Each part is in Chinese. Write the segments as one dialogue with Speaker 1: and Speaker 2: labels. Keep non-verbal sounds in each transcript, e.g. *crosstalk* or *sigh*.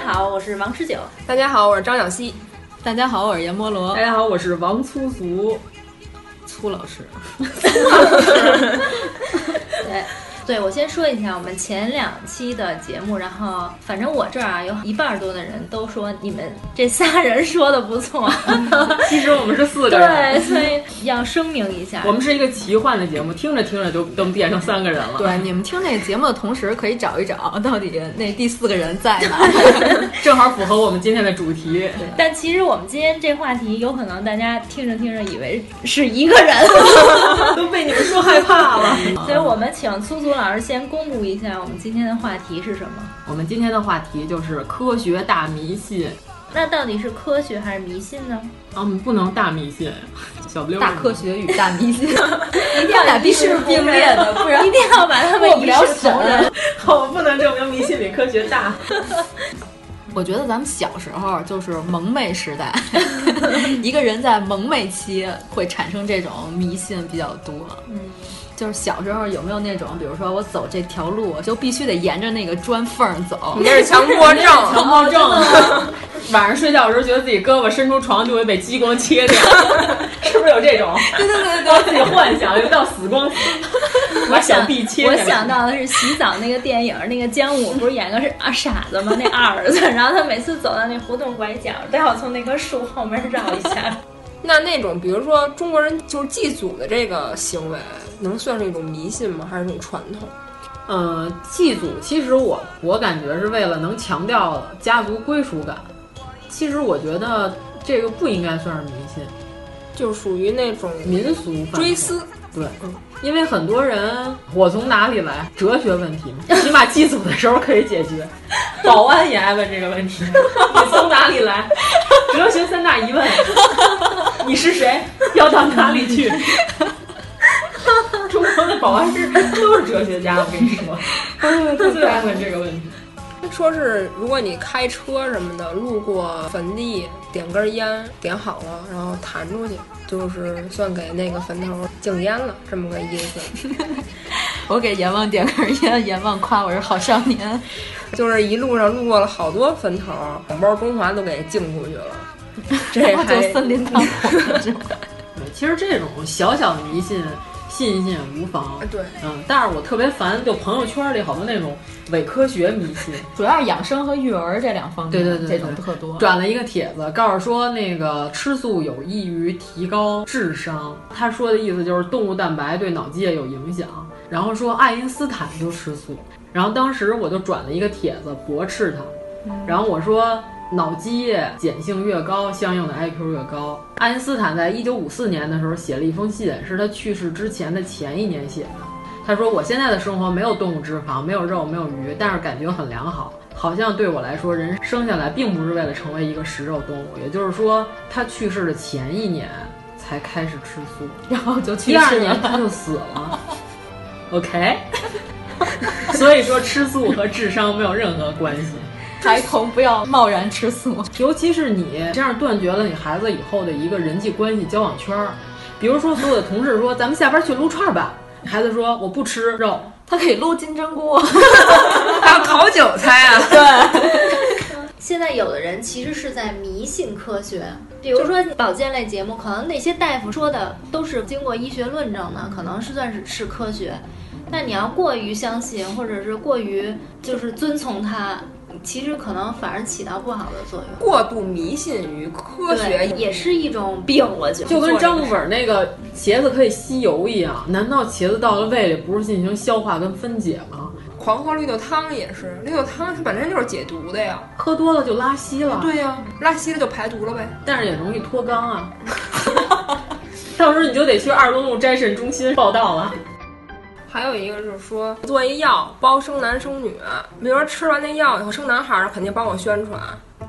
Speaker 1: 大家好，我是张小希。
Speaker 2: 大家好，我是阎摩罗。
Speaker 3: 大家好，我是王粗俗，粗老师。
Speaker 4: 对，对我先说一下我们前两期的节目，然后反正我这儿啊有一半多的人都说你们这仨人说的不 *laughs* 错，
Speaker 3: 其实我们是四个人，
Speaker 4: 对，啊所以要声明一下，
Speaker 3: 我们是一个奇幻的节目，听着听着就 *laughs* 都变成三个人了。
Speaker 2: 对，你们听这节目的同时，可以找一找到底那第四个人在哪，
Speaker 3: 正好符合我们今天的主题。
Speaker 4: *laughs*
Speaker 5: *laughs*
Speaker 4: 但其实我们今天这话题，有可能大家听着听着以为是一个 *laughs* 人，
Speaker 3: 都被你们说害怕了。
Speaker 4: 所以我们请。苏苏老师先公布一下，我们今天的话题是什么？
Speaker 3: *laughs* 我们今天的话题就是科学大迷信。
Speaker 4: 那到底是科学还是迷信呢？
Speaker 3: 啊，我们不能大迷信，小不溜。
Speaker 2: 大科学与大迷信， *laughs*
Speaker 4: 一定
Speaker 2: 要俩必须是并列
Speaker 3: *laughs*
Speaker 2: 的，不然
Speaker 4: 一定要把它们一视同仁。
Speaker 3: 好，不能证明迷信比科学大。
Speaker 2: *laughs* 我觉得咱们小时候就是蒙昧时代， *laughs* 一个人在蒙昧期会产生这种迷信比较多。嗯。就是小时候有没有那种，比如说我走这条路，我就必须得沿着那个砖缝走。
Speaker 1: 你那是强
Speaker 2: *laughs*
Speaker 1: 迫症，
Speaker 3: 强迫 *laughs* 症。晚上睡觉的时候，觉得自己胳膊伸出床就会被激光切掉， *laughs* 是不是有这种？
Speaker 2: 对对对
Speaker 3: *laughs*
Speaker 2: 对，
Speaker 3: 自己幻想到死光，把小臂切
Speaker 4: 我想到的是洗澡那个电影，那个姜武不是演个是啊傻子吗？那二儿子，然后他每次走到那胡同拐角，都要从那棵树后面绕一下。
Speaker 1: 那那种，比如说中国人就是祭祖的这个行为，能算是一种迷信吗？还是一种传统？
Speaker 3: 呃，祭祖其实我我感觉是为了能强调家族归属感。其实我觉得这个不应该算是迷信，
Speaker 1: 就属于那种
Speaker 3: 民俗
Speaker 1: 追思。嗯
Speaker 3: 对，因为很多人，我从哪里来？哲学问题嘛，起码祭祖的时候可以解决。保安也爱问这个问题，你从哪里来？ *laughs* 哲学三大疑问， *laughs* 你是谁？要到哪里去？中国的保安是都是哲学家，我跟你说，他最爱问这个问题。
Speaker 1: 说是如果你开车什么的，路过坟地，点根烟，点好了，然后弹出去，就是算给那个坟头敬烟了，这么个意思。
Speaker 2: *laughs* 我给阎王点根烟，阎王夸我是好少年。
Speaker 1: 就是一路上路过了好多坟头，两包中华都给敬出去了，这还
Speaker 2: 森林
Speaker 4: *laughs*
Speaker 2: 大火。
Speaker 3: 其实这种小小的迷信。信一信无妨，
Speaker 1: 对，
Speaker 3: 嗯，但是我特别烦，就朋友圈里好多那种伪科学迷信，
Speaker 2: 主要是养生和育儿这两方面，
Speaker 3: 对对,对对对，
Speaker 2: 这种特多。
Speaker 3: 转了一个帖子，告诉说那个吃素有益于提高智商，他说的意思就是动物蛋白对脑机也有影响，然后说爱因斯坦就吃素，然后当时我就转了一个帖子驳斥他，然后我说。脑积液碱性越高，相应的 IQ 越高。爱因斯坦在一九五四年的时候写了一封信，是他去世之前的前一年写的。他说：“我现在的生活没有动物脂肪，没有肉，没有鱼，但是感觉很良好。好像对我来说，人生下来并不是为了成为一个食肉动物。”也就是说，他去世的前一年才开始吃素，
Speaker 2: 然后就
Speaker 3: 第二年他就死了。OK，所以说吃素和智商没有任何关系。
Speaker 2: 孩童不要贸然吃素，
Speaker 3: 尤其是你这样断绝了你孩子以后的一个人际关系交往圈儿，比如说，所有的同事说：“咱们下班去撸串吧。”孩子说：“我不吃肉。
Speaker 2: 它可以撸金针
Speaker 4: *laughs*
Speaker 2: 菇， *laughs*
Speaker 1: 还有烤韭菜啊，
Speaker 4: 现在有的人其实是在迷信科学，比如说保健类节目，可能那些大夫说的都是经过医学论证的，可能是算是是科学。但你要过于相信，或者是过于就是遵从它，其实可能反而起到不好的作用。
Speaker 1: 过度迷信于科学
Speaker 4: 对，也是一种病，我觉”得
Speaker 3: 就跟张副本那个茄子可以吸油一样，难道茄子到了胃里不是进行消化跟分解吗？
Speaker 1: 狂喝绿豆汤也是，绿豆汤它本身就是解毒的呀。
Speaker 3: 喝多了就拉稀了，
Speaker 1: 对呀、拉稀了就排毒了
Speaker 4: *laughs*
Speaker 1: 呗。
Speaker 3: 但是也容易脱肛啊。 *laughs* 到时候你就得去二龙路摘肾中心报道了。
Speaker 1: 还有一个就是说，做一药包生男生女，比如说吃完那药以后生男孩儿，肯定帮我宣传，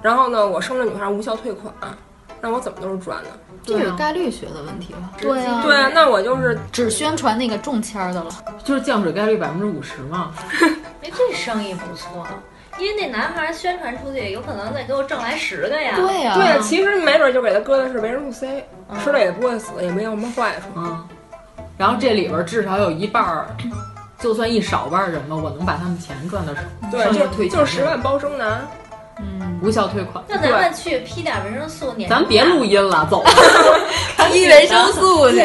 Speaker 1: 然后呢，我生了女孩儿无效退款，那我怎么都是赚的。
Speaker 2: 这是概率学的问题吧？
Speaker 4: 对啊，
Speaker 1: 对啊，那我就是
Speaker 2: 只宣传那个中签儿的了，
Speaker 3: 就是降水概率百分之五十嘛。
Speaker 4: 哎，这生意不错，因为那男孩宣传出去，有可能再给我挣来十个呀。
Speaker 2: 对呀、
Speaker 1: 对啊，其实没准就给他搁的是维生素 C，吃了也不会死，也没有什么坏处。
Speaker 3: 嗯，然后这里边儿至少有一半儿，就算一少半儿人吧，我能把他们钱赚到手，
Speaker 1: 对，
Speaker 3: 剩下
Speaker 1: 就
Speaker 3: 退
Speaker 1: 就
Speaker 3: 钱
Speaker 1: 是十万包生男，
Speaker 3: 无效退款。
Speaker 4: 那咱们去批点维生素，你
Speaker 3: 咱别录音了，走吧。
Speaker 2: 一维生素去。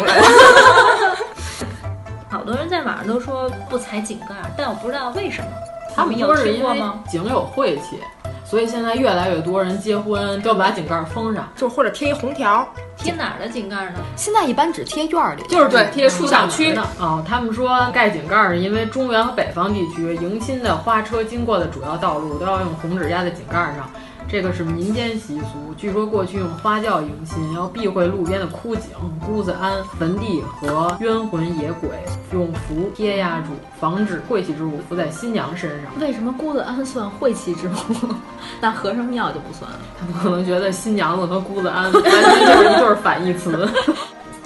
Speaker 4: 好多人在网上都说不踩井盖，但我不知道为什么。
Speaker 3: 他们
Speaker 4: 你有
Speaker 3: 说是
Speaker 4: 听
Speaker 3: 因
Speaker 4: 过
Speaker 3: 为
Speaker 4: 吗？
Speaker 3: 井有晦气，所以现在越来越多人结婚都要把井盖儿封上，
Speaker 1: 就或者贴一红条，
Speaker 4: 贴哪儿的井盖呢？
Speaker 2: 现在一般只贴院儿里，
Speaker 3: 就是
Speaker 1: 对贴
Speaker 3: 树
Speaker 1: 树
Speaker 3: 下
Speaker 1: 下
Speaker 3: 区
Speaker 1: 区
Speaker 3: 的啊。他们说盖井盖儿是因为中原和北方地区迎亲的花车经过的主要道路都要用红纸压在井盖儿上，这个是民间习俗。据说过去用花轿迎亲要避讳路边的枯井、姑子庵、坟地和冤魂野鬼，用符贴压住，防止晦气之物附在新娘身上。
Speaker 2: 为什么姑子庵算晦气之物， *laughs* 那和尚庙就不算了？
Speaker 3: 他们可能觉得新娘子和姑子 *laughs* 庵完全就是一对儿反义词。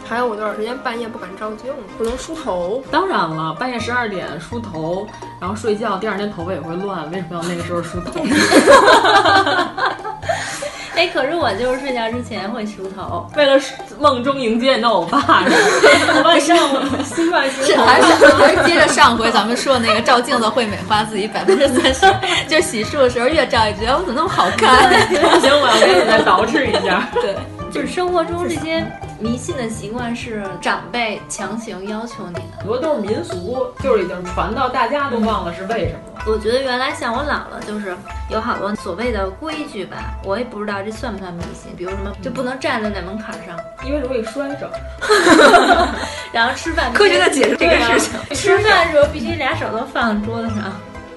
Speaker 1: 还有一段时间半夜不敢照镜子，不能梳头，
Speaker 3: 当然了，半夜十二点梳头，然后睡觉，第二天头发也会乱。为什么要那个时候梳头？
Speaker 4: 哎，可是我就是睡觉之前会梳头，
Speaker 3: 为了梦中迎接你的欧巴， *laughs* 是吧
Speaker 4: 上
Speaker 3: 啊
Speaker 4: 午新冠梳 *laughs*
Speaker 2: 是还是还是接着上回咱们说那个照镜子会美化自己百分之
Speaker 4: *laughs*
Speaker 2: 三十，就是洗漱的时候越照越觉得我怎么那么好看？
Speaker 3: 不行，我要给你再捯饬一下。
Speaker 2: 对，
Speaker 4: 就是生活中这些迷信的习惯是长辈强行要求你的。
Speaker 3: 很多都是民俗，就是已经传到大家都忘了是为什么了。
Speaker 4: 我觉得原来像我姥姥就是有好多所谓的规矩吧，我也不知道这算不算迷信，比如什么就不能站在那门槛上，
Speaker 3: 因为容易摔着，
Speaker 4: 然后吃饭
Speaker 1: 科学地解释这个事
Speaker 4: 情，吃饭的时候必须俩手都放桌子上。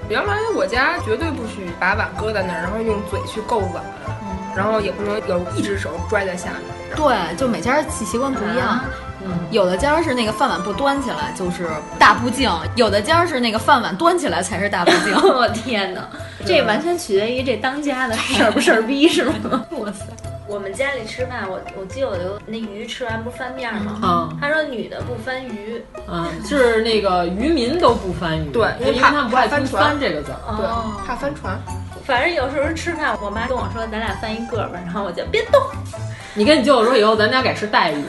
Speaker 1: 原来我家绝对不许把碗搁在那儿，然后用嘴去够碗，然后也不能有一只手拽在下面。
Speaker 2: 对，就每家习习惯不一样嗯
Speaker 4: 啊。
Speaker 2: 有的家是那个饭碗不端起来就是大不敬，有的家是那个饭碗端起来才是大不敬。
Speaker 4: *laughs* 我天哪，这完全取决于这当家的事儿不事儿逼是吗？哇塞！我们家里吃饭，我我记得我有那鱼吃完不翻面吗？
Speaker 3: 嗯
Speaker 4: 他说女的不翻鱼，
Speaker 3: 嗯，就是那个渔民都不翻鱼，
Speaker 1: 对
Speaker 3: 因为他们不爱听“翻”这个字儿。
Speaker 1: 对，怕翻船。
Speaker 4: 反正有时候吃饭，我妈跟我说咱俩翻一个吧，然后我就别动。
Speaker 3: 你跟你舅舅说，以后咱家改吃带鱼。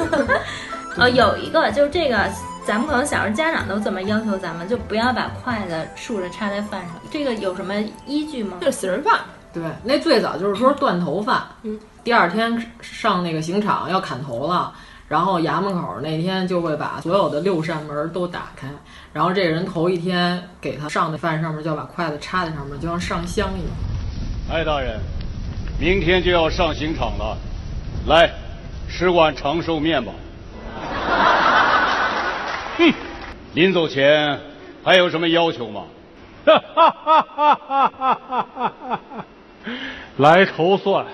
Speaker 4: 呃，有一个就是这个，咱们可能小时候家长都这么要求咱们，就不要把筷子竖着插在饭上，这个有什么依据吗？
Speaker 1: 这是死人饭，
Speaker 3: 对，那最早就是说断头发，
Speaker 1: 嗯，
Speaker 3: 第二天上那个刑场要砍头了，然后衙门口那天就会把所有的六扇门都打开，然后这个人头一天给他上的饭上面就要把筷子插在上面，就像上香一样。
Speaker 6: 哎，大人，明天就要上刑场了，来，吃碗长寿面吧。哼，临走前还有什么要求吗？来筹算。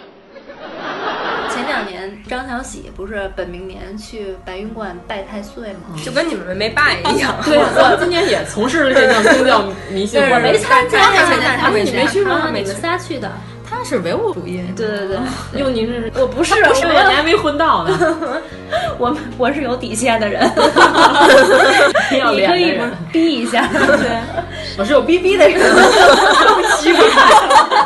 Speaker 4: 前两年张小喜不是本命年去白云观拜太岁吗？
Speaker 1: 就跟你们没拜一 *laughs* 样。
Speaker 3: *laughs* 对，我今年也从事了这项宗教迷信活
Speaker 1: 我
Speaker 3: 动。
Speaker 1: 没参加
Speaker 4: 他
Speaker 1: 他没参加他没
Speaker 4: 你没去
Speaker 1: 参加
Speaker 4: 吗？
Speaker 1: 他没
Speaker 4: 你
Speaker 1: 去
Speaker 4: 们仨去的。
Speaker 2: 他是唯物主义，
Speaker 4: 对对对，
Speaker 3: 哟，您这是我不是啊
Speaker 4: 我是
Speaker 3: 我你还没混到呢， *laughs*
Speaker 4: 我我 *laughs* 是有底线的人，
Speaker 3: 要
Speaker 4: 你
Speaker 3: 脸
Speaker 4: 可
Speaker 3: 的
Speaker 4: 以
Speaker 3: 人
Speaker 4: 逼一下。对，
Speaker 7: 我是有逼逼的人，更奇怪。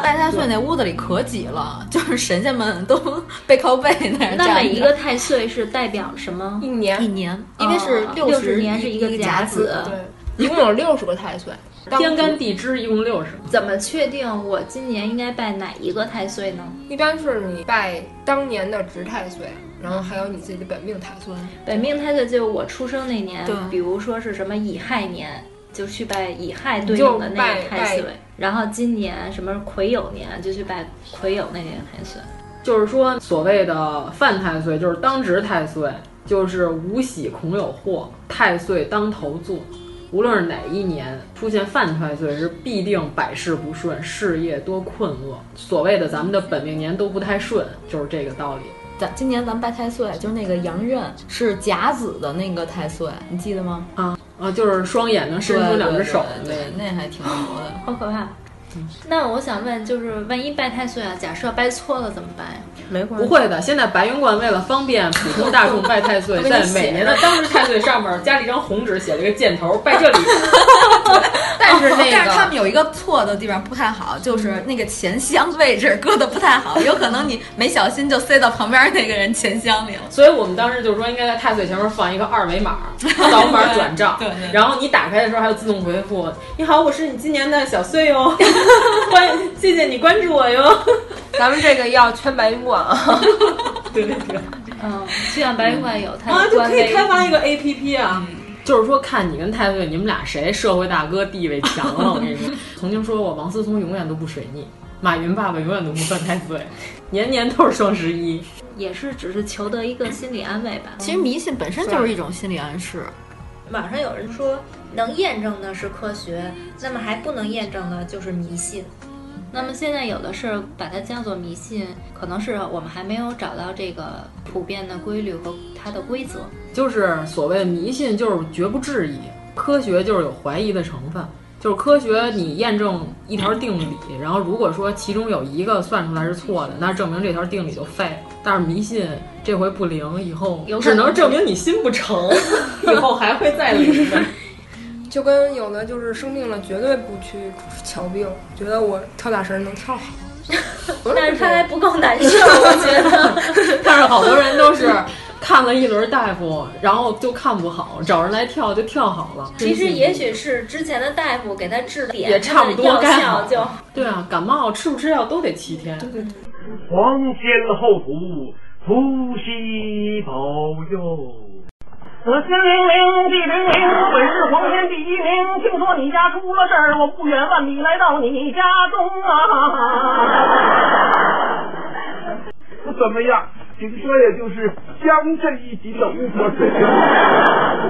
Speaker 2: 大家睡那屋子里可挤了， *laughs* 就是神仙们都背靠背那样站着。
Speaker 4: 那每一个太岁是代表什么？
Speaker 1: 一年
Speaker 2: 一年，因为是
Speaker 4: 哦六
Speaker 2: 啊十
Speaker 4: 年是
Speaker 2: 一
Speaker 4: 个
Speaker 2: 甲
Speaker 4: 子，
Speaker 1: 对，一共有六十个太岁。
Speaker 3: 天干地支一共六十，
Speaker 4: 怎么确定我今年应该拜哪一个太岁呢？
Speaker 1: 一般是你拜当年的值太岁，然后还有你自己的本命太岁。
Speaker 4: 本命太岁就是我出生那年
Speaker 1: 对，
Speaker 4: 比如说是什么乙亥年，就去拜乙亥对应的那个太
Speaker 1: 就
Speaker 4: 岁
Speaker 1: 拜拜。
Speaker 4: 然后今年什么癸酉年，就去拜癸酉那个太岁。
Speaker 3: 就是说所谓的犯太岁，就是当值太岁，就是无喜恐有祸，太岁当头坐。无论是哪一年出现犯太岁，是必定百事不顺，事业多困厄。所谓的咱们的本命年都不太顺，就是这个道
Speaker 2: *laughs*
Speaker 3: 理。
Speaker 2: 咱今年咱们拜太岁，就是那个杨任是甲子的那个太岁，你记得吗？
Speaker 3: 啊啊，就是双眼能伸出两只手的
Speaker 2: 对，对对那还哦挺牛的。
Speaker 4: 好可怕！那我想问，就是万一拜太岁啊，假设拜错了怎么办呀？
Speaker 1: 没
Speaker 3: 不会的，现在白云观为了方便普通大众拜太岁
Speaker 2: *laughs* 我，给你
Speaker 3: 在
Speaker 2: 写
Speaker 3: 每年的当值太岁上面加了一张红纸，写了一个箭头，拜这里。
Speaker 2: 但是
Speaker 3: 那个
Speaker 2: 哦但是他们有一个嗯错的地方不太好，就是那个钱箱位置搁的不太好，有可能你没小心就塞到旁边那个人钱箱里了。
Speaker 3: 所以我们当时就说，应该在太岁前面放一个二
Speaker 2: *laughs*
Speaker 3: 维码，扫码转账。
Speaker 2: 对对对
Speaker 3: 然后你打开的时候，还有自动回复：“你好，我是你今年的小岁
Speaker 2: *laughs*
Speaker 3: 哟，欢谢谢你关注我哟。”
Speaker 1: *laughs* 咱们这个要圈白云观啊。
Speaker 3: 对对对。
Speaker 4: 嗯，希望白云观有太
Speaker 3: 啊，就
Speaker 4: 官
Speaker 3: 可以
Speaker 4: 位
Speaker 3: 开发一个 APP 啊。
Speaker 2: 嗯
Speaker 3: 就是说，看你跟太岁，你们俩谁社会大哥地位强了？我跟你
Speaker 2: *laughs*
Speaker 3: 说，曾经说过，王思聪永远都不水逆，马云爸爸永远都不犯太岁，年年都是双十一。
Speaker 4: 也是只是求得一个心理安慰吧。
Speaker 2: 其实迷信本身就是一种心理暗示。
Speaker 4: 网上有人说，能验证的是科学，那么还不能验证的就是迷信。那么现在有的是把它叫做迷信，可能是我们还没有找到这个普遍的规律和它的规则。
Speaker 3: 就是所谓迷信，就是绝不质疑；科学就是有怀疑的成分。就是科学，你验证一条定理，然后如果说其中有一个算出来是错的，那证明这条定理就废了。但是迷信这回不灵，以后
Speaker 1: 有可
Speaker 3: 只
Speaker 1: 能
Speaker 3: 能证明你心不
Speaker 4: *laughs*
Speaker 3: 诚，以后还会再灵的。
Speaker 1: *laughs* 就跟有的就是生病了，绝对不去瞧病，觉得我跳大神能 *laughs* 跳好。
Speaker 4: 但是他还不够
Speaker 2: *laughs*
Speaker 4: 难受，我觉得。
Speaker 3: 但是好多人都是看了一轮大夫，然后就看不好，找人来跳就跳好了。
Speaker 4: 其实也许是之前的大夫给他治的点
Speaker 3: 也差不
Speaker 4: 他
Speaker 3: 多
Speaker 4: 的
Speaker 3: 该
Speaker 4: 药
Speaker 3: 好
Speaker 4: 效
Speaker 3: 了
Speaker 4: 就
Speaker 3: 对啊，感冒吃不吃药都得七天。
Speaker 8: 皇天后土，伏羲保佑。呃我叮铃铃，地铃铃，本是皇天第一名。听说你家出了事儿，我不远万里来到你家中啊。
Speaker 9: 怎么样？顶多也就是乡镇一级的巫婆水平，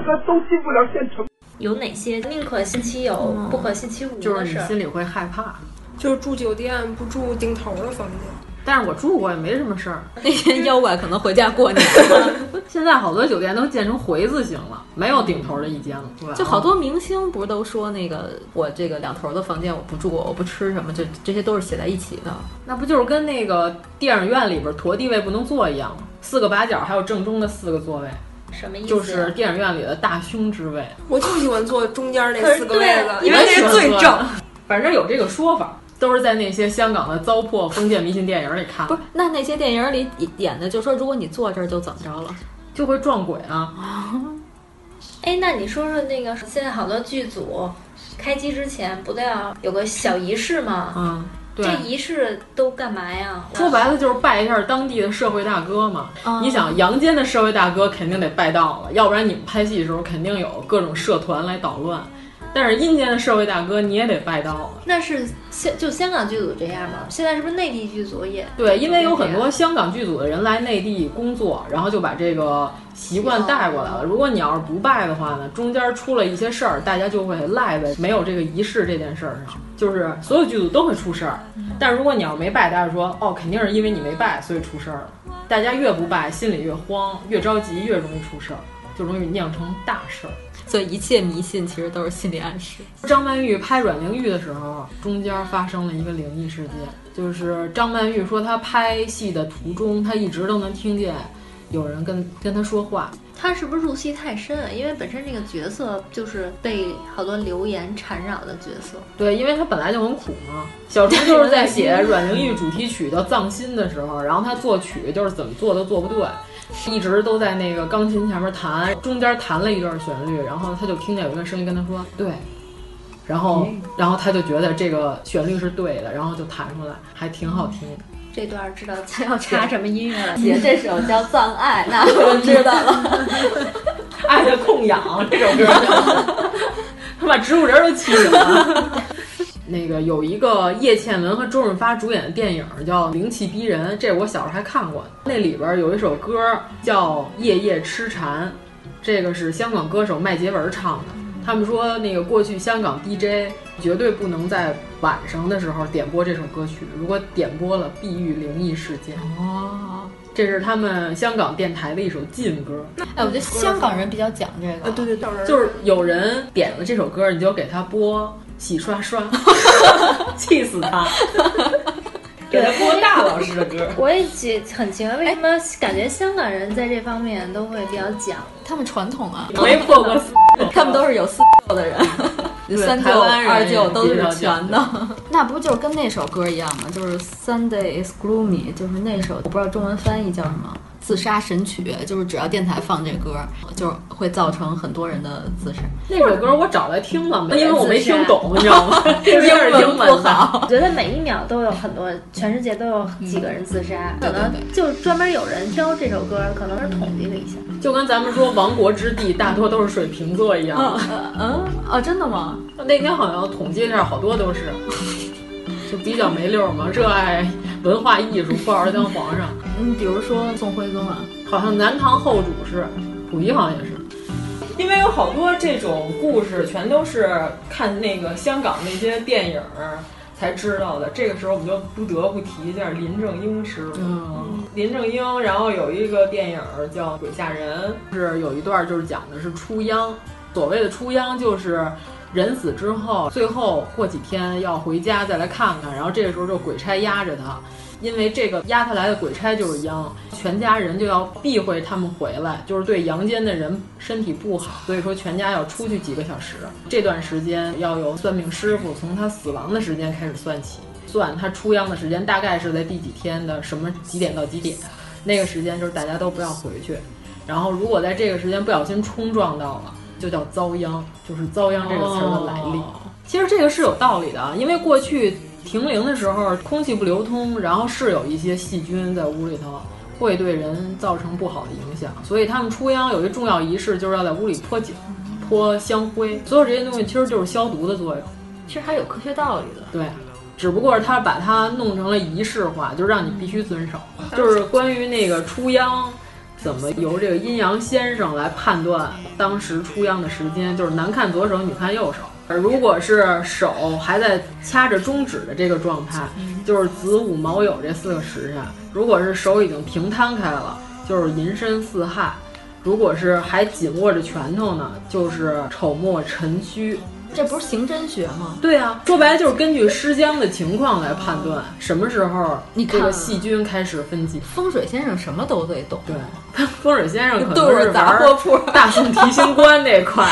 Speaker 9: 那都进不了县城。
Speaker 4: 有哪些宁可信其有，
Speaker 2: 嗯
Speaker 4: 不可信其无
Speaker 3: 就是
Speaker 4: 的
Speaker 3: 你
Speaker 4: 事儿？
Speaker 3: 心里会害怕。
Speaker 1: 就是住酒店不住顶头的房间。
Speaker 3: 但是我住过也没什么事儿。
Speaker 2: 那些妖怪可能回家过年，啊
Speaker 4: *laughs*
Speaker 3: 现在好多酒店都建成回字形了，没有顶头的一间了，对啊吧
Speaker 2: 就好多明星不是都说那个我这个两头的房间我不住，我不吃什么，就这些都是写在一起的。
Speaker 3: 那不就是跟那个电影院里边驼地位不能坐一样吗？四个八角，还有正中的四个座位，
Speaker 4: 什么意思？
Speaker 3: 就是电影院里的大胸之位。
Speaker 1: 我就喜欢坐中间那四个位子，
Speaker 3: 因
Speaker 1: 因
Speaker 3: 为
Speaker 1: 为
Speaker 3: 那
Speaker 1: 那是最 *laughs* 正。。
Speaker 3: 反正有这个说法，都是在那些香港的糟粕封建迷信电影里看
Speaker 2: 不，是，那那些电影里演的就说，如果你坐这儿就怎么着了，
Speaker 3: 就会撞鬼啊。
Speaker 4: 哎，那你说说那个现在好多剧组开机之前不都要有个小仪式吗？
Speaker 3: 嗯，对
Speaker 4: 这仪式都干嘛呀？
Speaker 3: 说白了就是拜一下当地的社会大哥嘛。
Speaker 4: 哦
Speaker 3: 你想，阳间的社会大哥肯定得拜到了，要不然你们拍戏的时候肯定有各种社团来捣乱。但是阴间的社会大哥你也得拜到了。
Speaker 4: 那是香就香港剧组这样吗？现在是不是内地剧组也
Speaker 3: 对，因为有很多香港剧组的人来内地工作，然后就把这个习惯带过来了。如果你要是不拜的话呢，中间出了一些事儿，大家就会赖在没有这个仪式这件事儿上，就是所有剧组都会出事儿。但是如果你要是没拜，大家说哦，肯定是因为你没拜，所以出事儿了。大家越不拜，心里越慌，越着急，越容易出事儿，就容易酿成大事儿。
Speaker 2: 所以一切迷信其实都是心理暗示。
Speaker 3: 张曼玉拍《阮玲玉》的时候，中间发生了一个灵异事件，就是张曼玉说她拍戏的途中，她一直都能听见有人跟跟他说话。
Speaker 4: 他是不是入戏太深啊？因为本身这个角色就是被好多流言缠绕的角色。
Speaker 3: 对，因为他本来就很苦嘛。小时候就是在写阮玲玉主题曲叫《葬心》的时候，然后他作曲就是怎么做都做不对，一直都在那个钢琴前面弹，中间弹了一段旋律，然后他就听见有一个声音跟他说：“对。”然后，然后他就觉得这个旋律是对的，然后就弹出来，还挺好听。
Speaker 4: 这段知道要插什么音乐了，
Speaker 2: 姐这首叫《葬爱》，那 *laughs* 我知道了，
Speaker 3: 《爱的供养》这首歌叫，他把植物人都气死了。啊那个有一个叶倩文和周润发主演的电影叫《灵气逼人》，这我小时候还看过。那里边有一首歌叫《夜夜痴缠》，这个是香港歌手麦洁文唱的。他们说，那个过去香港 DJ 绝对不能在晚上的时候点播这首歌曲，如果点播了，必遇灵异事件。
Speaker 2: 哦，
Speaker 3: 这是他们香港电台的一首禁歌。
Speaker 2: 哎，我觉得香港人比较讲这个。
Speaker 3: 啊，对对对，就是有人点了这首歌，你就给他播洗刷刷， *laughs* 气死他。给他播大老师的歌，
Speaker 4: 我也奇很奇怪，为什么感觉香港啊人在这方面都会比较讲？
Speaker 2: 他们传统啊，
Speaker 3: 没破过四， *laughs*
Speaker 2: 他们都是有四的人，三舅、二舅都是全的。 *laughs* 那不就是跟那首歌一样吗？就是 Sunday is gloomy，就是那首我不知道中文翻译叫什么，自杀神曲，就是只要电台放这歌，就是会造成很多人的自杀。
Speaker 3: 那首歌我找来听了，因为我没听懂，你知道 *laughs* 吗？
Speaker 2: 英
Speaker 3: 文
Speaker 2: 不好， *laughs*
Speaker 4: 我觉得每一秒都有很多。全世界都有几个人自杀，可能就专门有人挑这首歌，可能是统计了一下，
Speaker 3: 就跟咱们说亡国之地大多都是水瓶座一样。
Speaker 2: 嗯嗯啊，真的吗？
Speaker 3: 那天好像统计了一下，好多都是，就比较没溜嘛，热爱文化艺术，不好好当皇上。
Speaker 2: 嗯，比如说宋徽宗啊，
Speaker 3: 好像南唐后主是，溥仪好像也是。
Speaker 10: 因为有好多这种故事，全都是看那个香港那些电影。才知道的，这个时候我们就不得不提一下林正英师傅。嗯，林正英，然后有一个电影叫《鬼吓人》，
Speaker 3: 是有一段就是讲的是出殃。所谓的出殃，就是人死之后，最后过几天要回家再来看看，然后这个时候就鬼差压着他，因为这个压他来的鬼差就是殃，全家人就要避讳他们回来，就是对阳间的人身体不好，所以说全家要出去几个小时。这段时间要由算命师傅从他死亡的时间开始算起，算他出殃的时间大概是在第几天的什么几点到几点，那个时间就是大家都不要回去，然后如果在这个时间不小心冲撞到了，就叫遭殃，就是遭殃这个词的来历。
Speaker 2: 哦、
Speaker 3: 其实这个是有道理的啊，因为过去。停灵的时候，空气不流通，然后是有一些细菌在屋里头，会对人造成不好的影响。所以他们出殃有一重要仪式，就是要在屋里泼酒、泼香灰，所有这些东西其实就是消毒的作用。
Speaker 2: 其实还有科学道理的。
Speaker 3: 对，啊只不过是他把它弄成了仪式化，就让你必须遵守。就是关于那个出殃。怎么由这个阴阳先生来判断当时出殃的时间？就是男看左手，女看右手。如果是手还在掐着中指的这个状态，就是子午卯酉这四个时辰；如果是手已经平摊开了，就是寅申巳亥；如果是还紧握着拳头呢，就是丑末辰戌。
Speaker 2: 这不是刑侦学吗？
Speaker 3: 对啊，说白了就是根据尸僵的情况来判断什么时候这个细菌开始分解。
Speaker 2: 风水先生什么都得懂。
Speaker 3: 对， *laughs* 风水先生可
Speaker 2: 能
Speaker 3: 是
Speaker 2: 杂货铺、
Speaker 3: 大宋提刑官那块。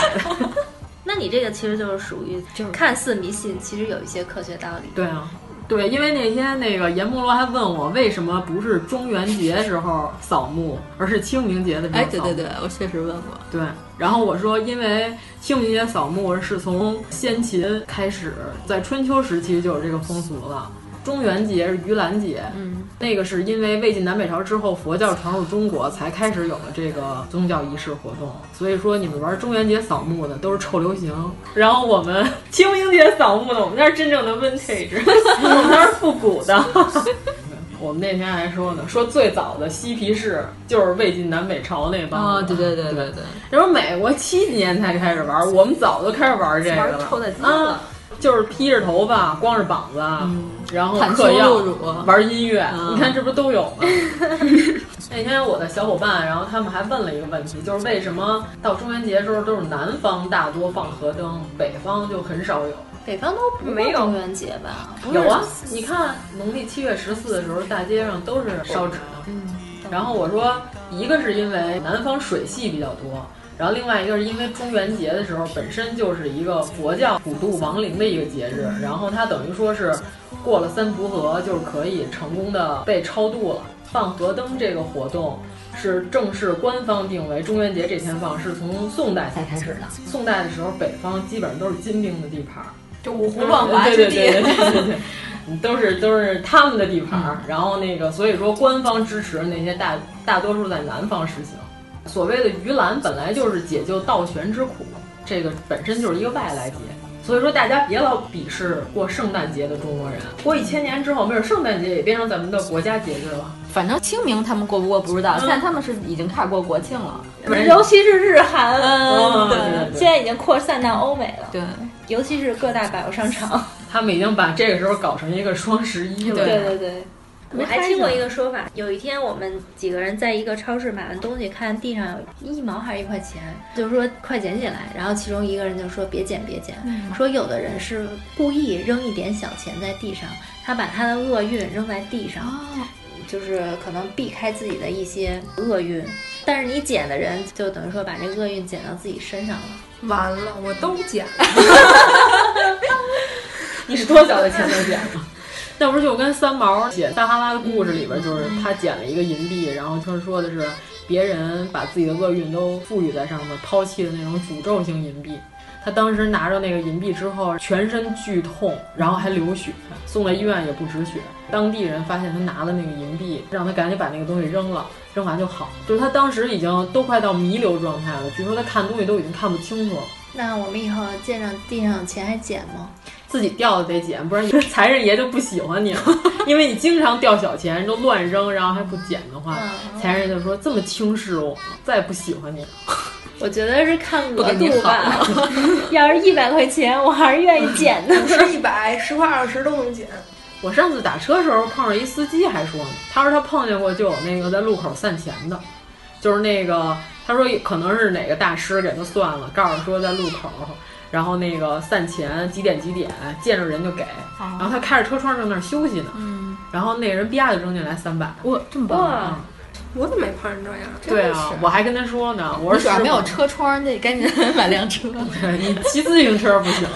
Speaker 4: 那你这个其实就是属于看似迷信，其实有一些科学道理。
Speaker 3: *laughs* 对啊，对，因为那天那个阎摩罗还问我为什么不是中元节时候扫墓，而是清明节的时候扫墓。哎，
Speaker 2: 对对对，我确实问过。
Speaker 3: 对。然后我说，因为清明节扫墓是从先秦开始，在春秋时期就有这个风俗了。中元节是盂兰节，
Speaker 2: 嗯，
Speaker 3: 那个是因为魏晋南北朝之后佛教传入中国，才开始有了这个宗教仪式活动。所以说，你们玩中元节扫墓的都是臭流
Speaker 10: *laughs*
Speaker 3: 行，然后我们
Speaker 10: 清明节扫墓的，我们那是真正的 vintage，我们那是复古的。
Speaker 3: *laughs* 我们那天还说呢，说最早的嬉皮士就是魏晋南北朝那帮。
Speaker 2: 啊，对对对对对。
Speaker 3: 然后美国七几年才开始玩，我们早就开始玩这个了。
Speaker 2: 臭的鸡
Speaker 3: 啊，就是披着头发，光着膀子，
Speaker 2: 嗯、
Speaker 3: 然后嗑药，玩音乐。
Speaker 4: 嗯
Speaker 2: 啊、
Speaker 3: 你看这不都有
Speaker 4: *laughs*
Speaker 3: 吗？ *laughs* 那天我的小伙伴，然后他们还问了一个问题，就是为什么到中元节的时候都是南方大多放河灯，北方就很少有？
Speaker 4: 北方都
Speaker 3: 没
Speaker 4: 有中元节吧？
Speaker 3: 有啊，你看农历七月十四的时候，大街上都是烧纸的。
Speaker 4: 嗯，
Speaker 3: 然后我说，一个是因为南方水系比较多，然后另外一个是因为中元节的时候本身就是一个佛教普渡亡灵的一个节日，然后它等于说是过了三途河，就是可以成功的被超度了。放河灯这个活动是正式官方定为中元节这天放，是从宋代才开始的。宋代的时候，北方基本上都是金兵的地盘儿，
Speaker 2: 就五胡乱华之地。
Speaker 3: 呃对对对对对对嗯都是都是他们的地盘儿，然后那个所以说官方支持那些大大多数在南方实行。所谓的盂兰本来就是解救道玄之苦，这个本身就是一个外来节，所以说大家别老鄙视过圣诞节的中国人，过一千年之后，没准圣诞节也变成咱们的国家节日了。
Speaker 2: 反正清明他们过不过不知道，现在他们是已经开始过国庆了，
Speaker 4: 尤其是日韩，
Speaker 3: 嗯对对对
Speaker 4: 现在已经扩散到欧美了，
Speaker 2: 对，
Speaker 4: 尤其是各大百货商场。
Speaker 3: 他们已经把这个时候搞成一个双十一了。
Speaker 4: 对对对，我还听过一个说法，有一天我们几个人在一个超市买完东西，看地上有一毛还是一块钱，就是说快捡起来。然后其中一个人就说别捡别捡，
Speaker 2: 嗯
Speaker 4: 说有的人是故意扔一点小钱在地上，他把他的厄运扔在地上，就是可能避开自己的一些厄运。但是你捡的人就等于说把这厄运捡到自己身上了。
Speaker 1: 完了，我都
Speaker 11: *laughs*
Speaker 1: 捡了。
Speaker 3: *laughs* 你是多小的钱都捡 *laughs* 了？那不是就跟三毛写《撒哈拉的故事》里边，就是他捡了一个银币，然后就是说的是别人把自己的厄运都赋予在上面，抛弃的那种诅咒性银币。他当时拿着那个银币之后，全身剧痛，然后还流血，送来医院也不止血。当地人发现他拿了那个银币，让他赶紧把那个东西扔了，扔完就好。就是他当时已经都快到弥留状态了，据说他看东西都已经看不清楚了。
Speaker 4: 那我们以后见着地上有钱还捡吗？
Speaker 3: 自己掉的得捡，不然财神爷就不喜
Speaker 2: *laughs*
Speaker 3: 欢你了，因为你经常掉小钱，都乱扔，然后还不捡的话，
Speaker 2: 嗯
Speaker 3: 财神爷就说这么轻视我，再也不喜欢你了。
Speaker 4: 我觉得是看
Speaker 2: 不
Speaker 4: 额
Speaker 2: 跟你
Speaker 4: 度吧。要是一百块钱，我还是愿意捡的。
Speaker 11: 是一百、十块、二十都能捡。
Speaker 3: 我上次打车的时候碰上一司机，还说呢，他说他碰见过就有那个在路口散钱的，就是那个他说可能是哪个大师给他算了，告诉说在路口，然后那个散钱几点几点见着人就给，然后他开着车窗正那儿休息呢，
Speaker 2: 哦嗯，
Speaker 3: 然后那人啪就扔进来三百，
Speaker 2: 哇，这么
Speaker 3: 棒
Speaker 11: 哇
Speaker 3: 啊！
Speaker 11: 我怎么没碰上这样？
Speaker 3: 对啊，我还跟他说呢，我说
Speaker 2: 主要
Speaker 3: 师
Speaker 2: 没
Speaker 3: 傅
Speaker 2: 有车窗，得赶紧 *laughs* 买辆车。
Speaker 3: 你骑自行车不行，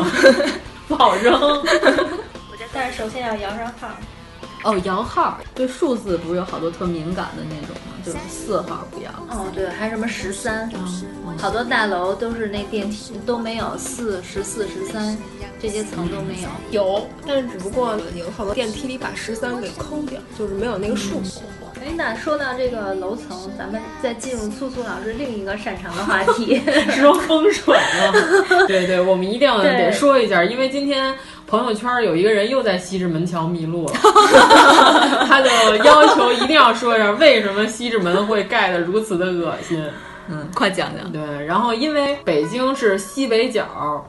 Speaker 2: *laughs*
Speaker 3: 不好扔。
Speaker 4: 但是首先要摇上号。
Speaker 2: 哦，摇号对数字不是有好多特敏感的那种吗？就是四号不要。
Speaker 4: 哦，对，还有什么十三、好多大楼都是那电梯都没有四、十四、十三这些层都没有。
Speaker 11: 有，但是只不过有好多电梯里把十三给抠掉，就是没有那个数。
Speaker 1: 嗯
Speaker 4: 哎，那说到这个楼层，咱们再进入素素老师另一个擅长的话 *laughs* 题。
Speaker 3: 说风水
Speaker 2: *laughs*
Speaker 3: 了。对对，我们一定要
Speaker 4: 对
Speaker 3: 得说一下，因为今天朋友圈有一个人又在西直门桥
Speaker 2: *laughs*
Speaker 3: 迷路了，他就要求一定要说一下为什么西直门会盖得如此的恶心。
Speaker 2: 嗯，快讲讲。
Speaker 3: 对，然后因为北京是西北角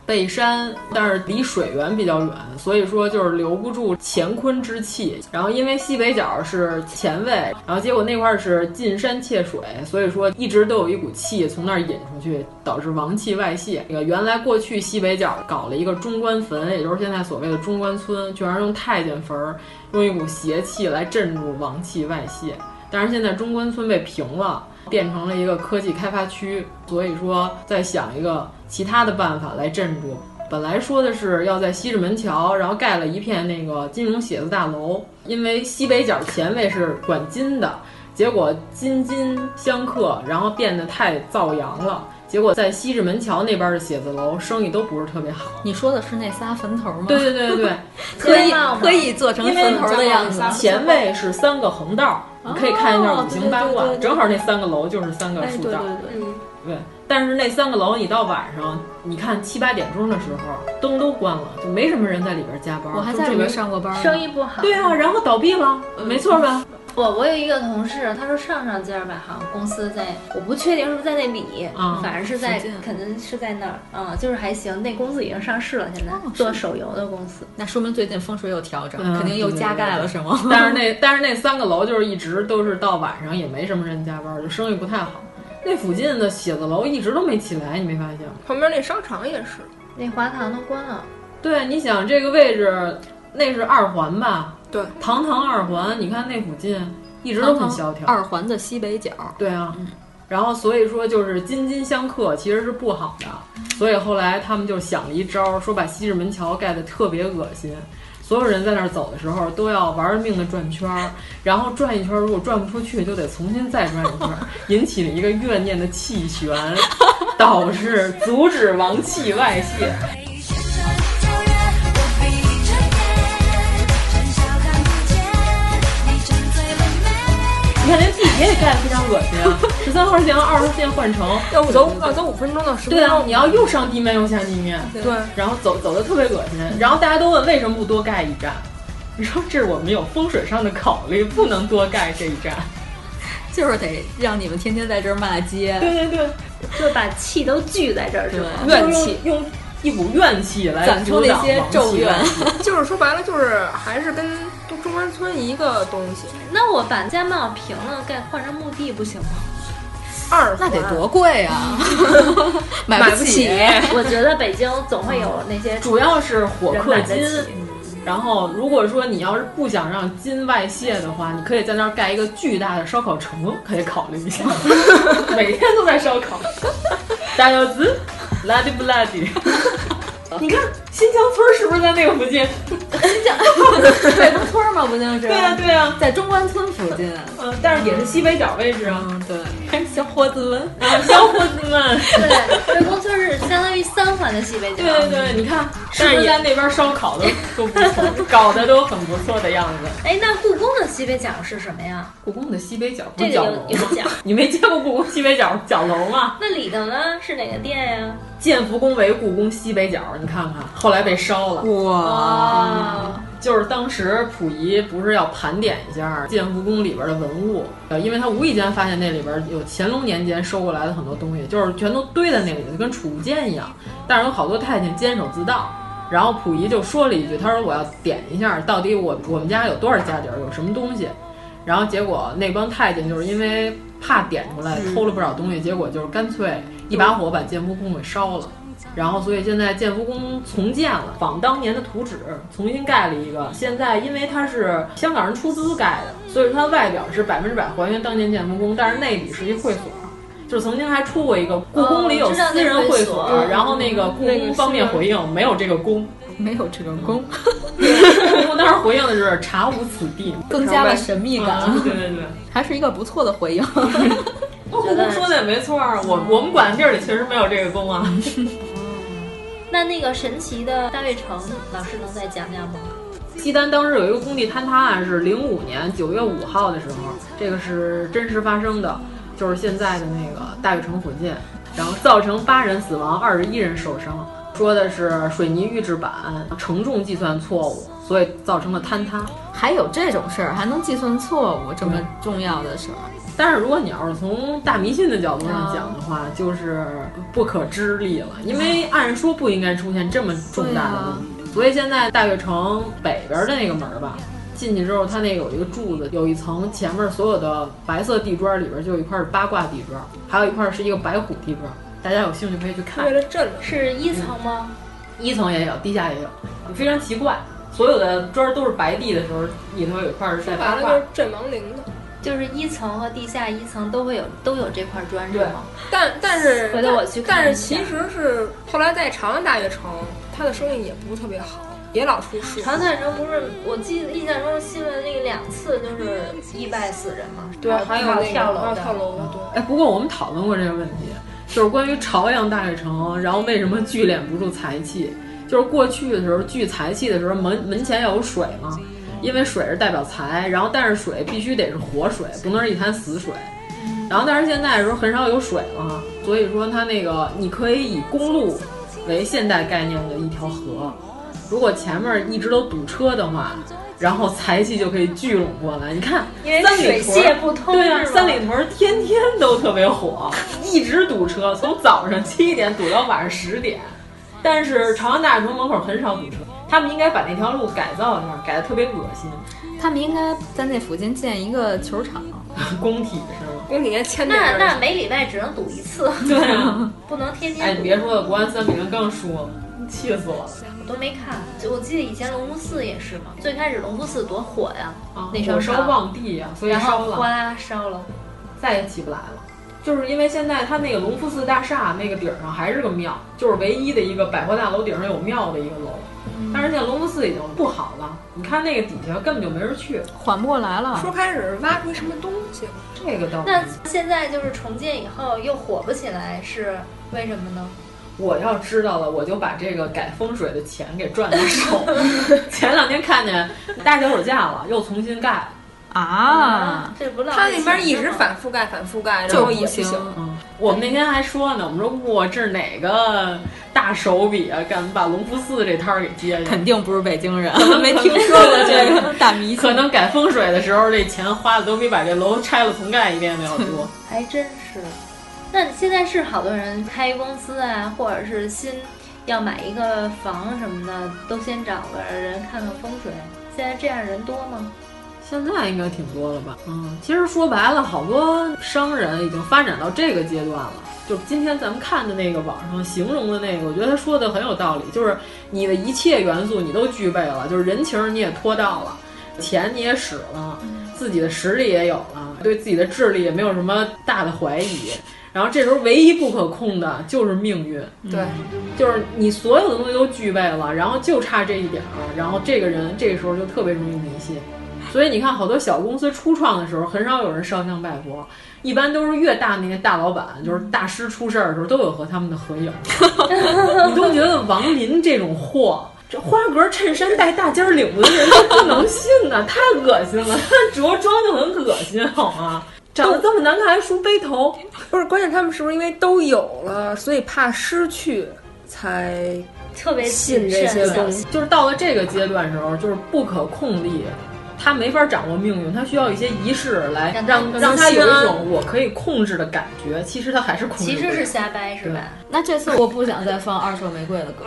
Speaker 3: 背山，但是离水源比较远，所以说就是留不住乾坤之气。然后因为西北角是前卫，然后结果那块儿是近山切水，所以说一直都有一股气从那儿引出去，导致王气外泄。这个原来过去西北角搞了一个中关坟，也就是现在所谓的中关村，全是用太监坟儿，用一股邪气来镇住王气外泄。但是现在中关村被平了，变成了一个科技开发区，所以说再想一个其他的办法来镇住。本来说的是要在西直门桥，然后盖了一片那个金融写字大楼，因为西北角前卫是管金的，结果金金相克，然后变得太造谣了。结果在西直门桥那边的写字楼生意都不是特别好。
Speaker 2: 你说的是那仨坟头吗？
Speaker 3: 对对对对对，
Speaker 2: 可以
Speaker 3: 因为嘛
Speaker 2: 可以做成坟头的样子。
Speaker 3: 前卫是三个横道，你可以看一下五行八
Speaker 2: 哦对
Speaker 3: 卦
Speaker 2: 对对对，对
Speaker 3: 正好那三个楼就是三个
Speaker 2: 哎
Speaker 3: 竖
Speaker 2: 对
Speaker 3: 道。
Speaker 2: 对对，
Speaker 3: 对，但是那三个楼你到晚上，你看七八点钟的时候灯都关了，就没什么人在里边加班。
Speaker 2: 我还
Speaker 3: 就
Speaker 2: 在
Speaker 3: 证
Speaker 2: 里
Speaker 3: 明
Speaker 2: 面上过嗯班呢。
Speaker 4: 生意不好。
Speaker 3: 对啊，然后倒闭了，没错吧？
Speaker 2: *laughs*
Speaker 4: 我我有一个同事，他说上上家吧，好像公司在，我不确定是不是在那里，
Speaker 3: *laughs* 啊
Speaker 4: 反正是在
Speaker 2: 附近，
Speaker 4: 肯定是在那儿，啊，就是还行。那公司已经上市了，现在、
Speaker 2: 是
Speaker 4: 做手游的公司。
Speaker 2: 那说明最近风水有调整，
Speaker 3: 嗯
Speaker 2: 肯定又加盖了是吗？
Speaker 3: 但是那但是那三个楼就是一直都是到晚上也没什么人加班，就生意不太好。那附近的写字楼一直都没起来，你没发现吗？
Speaker 11: 旁边那商场也是，
Speaker 4: 那华堂都关了，
Speaker 3: 对，你想这个位置，那是二环吧？
Speaker 11: 对，
Speaker 3: 堂堂二环，你看那附近一直都很萧条。
Speaker 2: 二环的西北角。
Speaker 3: 对啊，然后所以说就是金金相克其实是不好的，所以后来他们就想了一招，说把西直门桥盖得特别恶心。所有人在那儿走的时候，都要玩命的转圈儿，然后转一圈儿，如果转不出去，就得重新再转一圈 *laughs* 儿，引起了一个怨念的气旋，导致
Speaker 10: 阻止王气外泄。
Speaker 3: 你看，连地铁也盖得非常恶心啊！十三号线和二号线换乘，
Speaker 1: 要走要走五分钟到十分钟。
Speaker 3: 对啊，你要又上地面又下地面，
Speaker 4: 啊
Speaker 1: 对
Speaker 3: 然后走走的特别恶心。然后大家都问为什么不多盖一站？你说这是我们有风水上的考虑，不能多盖这一站。
Speaker 2: 就是得让你们天天在这儿骂街。
Speaker 3: 对对对，
Speaker 4: 就把气都聚在这儿，是吧？
Speaker 3: 怨气用一股怨气来
Speaker 2: 攒出那些咒怨， *laughs*
Speaker 1: 就是说白了，就是还是跟中关村一个东西。
Speaker 4: 那我把家茂平了，盖换成墓地不行吗？
Speaker 1: 二
Speaker 2: 那得多贵
Speaker 4: *laughs*
Speaker 2: 啊！买
Speaker 1: 不
Speaker 2: 起。
Speaker 4: 我觉得北京总会有那些，
Speaker 3: 主要是火克金
Speaker 4: 人买得起。
Speaker 3: 然后，如果说你要是不想让金外泄的话，你可以在那儿盖一个巨大的烧烤城，可以考虑一 *laughs* 下。每天都在烧烤，大腰子，拉迪不拉迪。 *laughs* 你看新疆村是不是在那个附近？
Speaker 2: 新疆北胡村嘛，不就是？
Speaker 3: 对啊对啊，
Speaker 2: 在中关村附近。
Speaker 3: 嗯，但是也是西北角位置啊。 *laughs*
Speaker 2: 对，小伙子们，
Speaker 3: 啊小伙子们。
Speaker 4: 对，北宫村是相当于三环的西北角。
Speaker 3: *laughs* 对对对，你看，是不是在那边烧烤都都不错， *laughs* 搞得都很不错的样子。
Speaker 4: 哎，那故宫的西北角是什么呀？
Speaker 3: 故宫的西北角不
Speaker 4: 这个
Speaker 3: 是角
Speaker 4: 有
Speaker 3: 楼
Speaker 4: 有
Speaker 3: 吗？
Speaker 4: 讲。
Speaker 3: 你没见过故宫西北角角楼吗？
Speaker 4: 那里头呢是哪个店呀？
Speaker 3: 建福宫为故宫西北角，你看看，后来被烧了。
Speaker 4: 哦
Speaker 3: 嗯
Speaker 4: 哇！
Speaker 3: 就是当时溥仪不是要盘点一下建福宫里边的文物，呃，因为他无意间发现那里边有乾隆年间收过来的很多东西，就是全都堆在那里，就跟储物间一样。但是有好多太监坚守自盗，然后溥仪就说了一句，他说我要点一下到底我我们家有多少家底儿，有什么东西。然后结果那帮太监就是因为怕点出来，偷了不少东西，结果就是干脆一把火把建福宫给烧了。然后，所以现在建福宫重建了，仿当年的图纸重新盖了一个。现在因为它是香港人出资盖的，所以说它外表是百分之百还原当年建福宫，但是内里是一会所。就是曾经还出过一个故宫里有私
Speaker 4: 哦
Speaker 3: 人
Speaker 4: 我知道那会所
Speaker 3: 所，
Speaker 4: 嗯
Speaker 3: 然后那个故宫方面回应没有这
Speaker 4: *laughs*
Speaker 3: 个宫，
Speaker 2: 没有这个宫，
Speaker 4: 嗯
Speaker 3: 故宫当时回应的是查无此
Speaker 4: *laughs*
Speaker 3: 地，
Speaker 2: 更加的神秘感
Speaker 3: *laughs* 嗯对对对。
Speaker 2: 还是一个不错的回应。
Speaker 3: 故宫哦说的也没错儿，我我们管的地儿里确实没有这个宫啊。
Speaker 4: 那那个神奇的大悦城，老师能再讲讲吗？
Speaker 3: *laughs* 西单当时有一个工地坍塌案，是零五年九月五号的时候，这个是真实发生的，就是现在的那个大悦城火箭，然后造成八人死亡，二十一人受伤。说的是水泥预制板承重计算错误，所以造成了坍塌。
Speaker 2: 还有这种事儿，还能计算错误，这么重要的事儿。
Speaker 3: 但是如果你要是从大迷信的角度上讲的话，就是不可知力了，因为按说不应该出现这么重大的问题。所以现在大悦城北边的那个门儿吧，进去之后它那有一个柱子，有一层前面所有的白色地砖里边就有一块是八卦地砖，还有一块是一个白虎地砖，大家有兴趣可以去看。
Speaker 1: 了镇了。
Speaker 4: 是一层吗？
Speaker 3: 一层也有，地下也有，非常奇怪。所有的砖都是白地的时候，里头有一块是在
Speaker 1: 完
Speaker 3: 八
Speaker 1: 了
Speaker 3: 卦
Speaker 1: 就是。阵亡灵的。
Speaker 4: 就是一层和地下一层都会有都有这块砖是吗？
Speaker 1: 但但是
Speaker 4: 回头我去看
Speaker 1: 但
Speaker 4: 一
Speaker 1: 是
Speaker 4: 下
Speaker 1: 其实是后来在长安大悦城，他的生意也不是特别好，也老出事。
Speaker 4: 长三城不是，我记得印象中新闻那个两次就是意外死人嘛，
Speaker 1: 对，还有
Speaker 4: 有
Speaker 1: 那个
Speaker 4: 跳
Speaker 1: 还
Speaker 4: 楼
Speaker 1: 有
Speaker 4: 的，
Speaker 1: 跳楼的，对。嗯
Speaker 3: 哎，不过我们讨论过这个问题，就是关于朝阳大悦城，然后为什么聚敛不住财气？就是过去的时候聚财气的时候，门门前要有水嘛，因为水是代表财，然后但是水必须得是活水，不能是一潭死水。
Speaker 4: 嗯
Speaker 3: 然后但是现在的时候很少有水了，所以说它那个你可以以公路为现代概念的一条河，如果前面一直都堵车的话，然后财气就可以聚拢过来。你看，
Speaker 4: 因为
Speaker 3: 三里
Speaker 4: 水
Speaker 3: 屯
Speaker 4: 泄不通
Speaker 3: 对呀、
Speaker 4: 是吗
Speaker 3: 三里屯天天都特别
Speaker 4: *laughs*
Speaker 3: 火，一直堵车，从早上七点堵到晚上十点。但是朝阳大悦城门口很少堵车，他们应该把那条路改造一下，改得特别恶心， *laughs*
Speaker 2: 他们应该在那附近建一个球场。
Speaker 3: 工体是吗？
Speaker 1: 宫里面签点
Speaker 4: 那
Speaker 1: 儿
Speaker 4: 那每礼拜只能赌一次，
Speaker 3: 对啊，
Speaker 4: *laughs* 不能天天
Speaker 3: 哎，
Speaker 4: 赌
Speaker 3: 你别说了，国安三比零更输了，气死我了。
Speaker 4: 我都没看。就我记得以前龙福寺也是嘛，最开始龙福寺多火呀，
Speaker 3: 啊
Speaker 4: 那
Speaker 10: 火
Speaker 4: 烧
Speaker 10: 烧旺地呀所以
Speaker 4: 然后
Speaker 10: 烧了
Speaker 4: 花烧了，
Speaker 10: 再也起不来了。就是因为现在它那个隆福寺大厦那个顶儿上还是个庙，就是唯一的一个百货大楼顶上有庙的一个楼。但是现在隆福寺已经不好了，你看那个底下根本就没人去，
Speaker 2: 缓不过来了
Speaker 1: 说开始挖出一什么东西了，
Speaker 10: 这个倒
Speaker 4: 那现在就是重建以后又火不起来，是为什么呢？
Speaker 10: 我要知道了，我就把这个改风水的钱给赚到手。前两天看见大脚手架了，又重新盖
Speaker 2: 啊，
Speaker 4: 这不浪
Speaker 1: 它
Speaker 4: 费
Speaker 1: 那
Speaker 4: 钱
Speaker 1: 边一
Speaker 4: 吗
Speaker 1: 直反复盖，反复盖，然
Speaker 10: 就
Speaker 1: 后也
Speaker 10: 不
Speaker 1: 不
Speaker 10: 行
Speaker 1: 行。
Speaker 10: 我们那天还说呢，我们说哇，这是哪个大手笔啊？敢把隆福寺这摊儿给接下？
Speaker 2: 肯定不是北京人，没听说过这个大迷信。
Speaker 10: *laughs* 可能改风水的时候，这钱花的都比把这楼拆了重盖一遍的要
Speaker 3: *laughs*
Speaker 10: 多。
Speaker 4: 还真是。那现在是好多人开公司啊，或者是新要买一个房什么的，都先找个人看看风水。现在这样人多吗？
Speaker 3: 现在应该挺多了吧？嗯，其实说白了，好多商人已经发展到这个阶段了。就今天咱们看的那个网上形容的那个，我觉得他说的很有道理，就是你的一切元素你都具备了，就是人情你也托到了，钱你也使了，自己的实力也有了，对自己的智力也没有什么大的怀疑。然后这时候唯一不可控的就是命运，
Speaker 1: 对，
Speaker 3: 就是你所有的东西都具备了，然后就差这一点儿，然后这个人这个时候就特别容易迷信。所以你看，好多小公司初创的时候，很少有人烧香拜佛，一般都是越大那些大老板，就是大师出事儿的时候，都有和他们的合影。你都觉得王林这种货，这花格衬衫带大尖领子的人都不能信呐、太恶心了，他着装就很恶心，好吗？长得这么难看还梳背头，
Speaker 1: 不是关键，他们是不是因为都有了，所以怕失去才
Speaker 4: 特别
Speaker 1: 信这些东西？
Speaker 3: 就是到了这个阶段时候，就是不可控力，他没法掌握命运，他需要一些仪式来
Speaker 4: 让他
Speaker 3: 让
Speaker 4: 让
Speaker 3: 让
Speaker 4: 他
Speaker 3: 他有
Speaker 4: 心
Speaker 3: 一
Speaker 4: 安
Speaker 3: 种我可以控制的感觉，其实他还是控制不
Speaker 4: 其
Speaker 3: 了。
Speaker 4: 实是瞎掰是吧？
Speaker 2: 那这次我不想再放二手玫瑰的歌，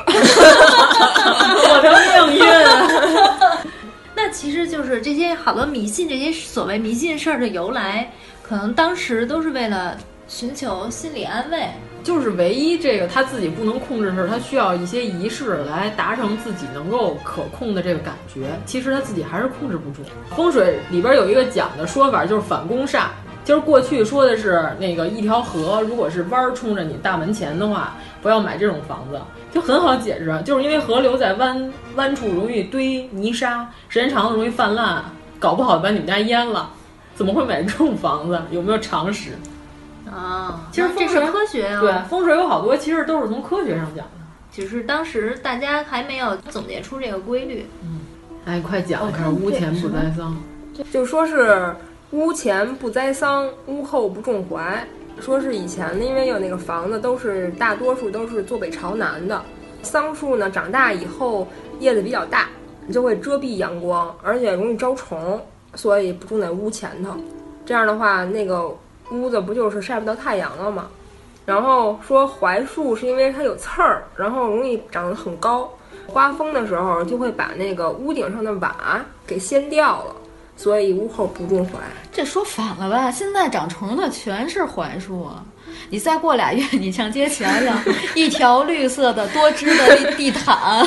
Speaker 3: 我的命运。
Speaker 4: 那其实就是这些好多迷信，这些所谓迷信事儿的由来，可能当时都是为了寻求心理安慰。
Speaker 3: 就是唯一这个他自己不能控制的事，他需要一些仪式来达成自己能够可控的这个感觉。其实他自己还是控制不住。风水里边有一个讲的说法，就是反攻煞。就是过去说的是那个一条河，如果是弯儿冲着你大门前的话，不要买这种房子，就很好解释，啊就是因为河流在弯弯处容易堆泥沙，时间长了容易泛滥，搞不好把你们家淹了。怎么会买这种房子？有没有常识？
Speaker 4: 啊，
Speaker 3: 其实
Speaker 4: 那
Speaker 3: 风
Speaker 4: 这
Speaker 3: 水
Speaker 4: 是科学啊，
Speaker 3: 对，风水有好多其实都是从科学上讲的。
Speaker 4: 只是当时大家还没有总结出这个规律。
Speaker 3: 哎，快讲一下
Speaker 1: 哦
Speaker 3: 屋前不栽桑。
Speaker 1: 就说是屋前不栽桑，屋后不种槐。说是以前因为有那个房子都是大多数都是坐北朝南的，桑树呢长大以后叶子比较大，就会遮蔽阳光，而且容易招虫，所以不种在屋前头。这样的话，那个屋子不就是晒不到太阳了吗？然后说槐树是因为它有刺儿，然后容易长得很高，刮风的时候就会把那个屋顶上的瓦给掀掉了，所以屋后不种槐。
Speaker 2: 这说反了吧？现在长虫的全是槐树啊！你再过俩月， *laughs* 你上街瞧瞧，一条绿色的多汁的地地毯，
Speaker 1: *laughs*
Speaker 2: 啊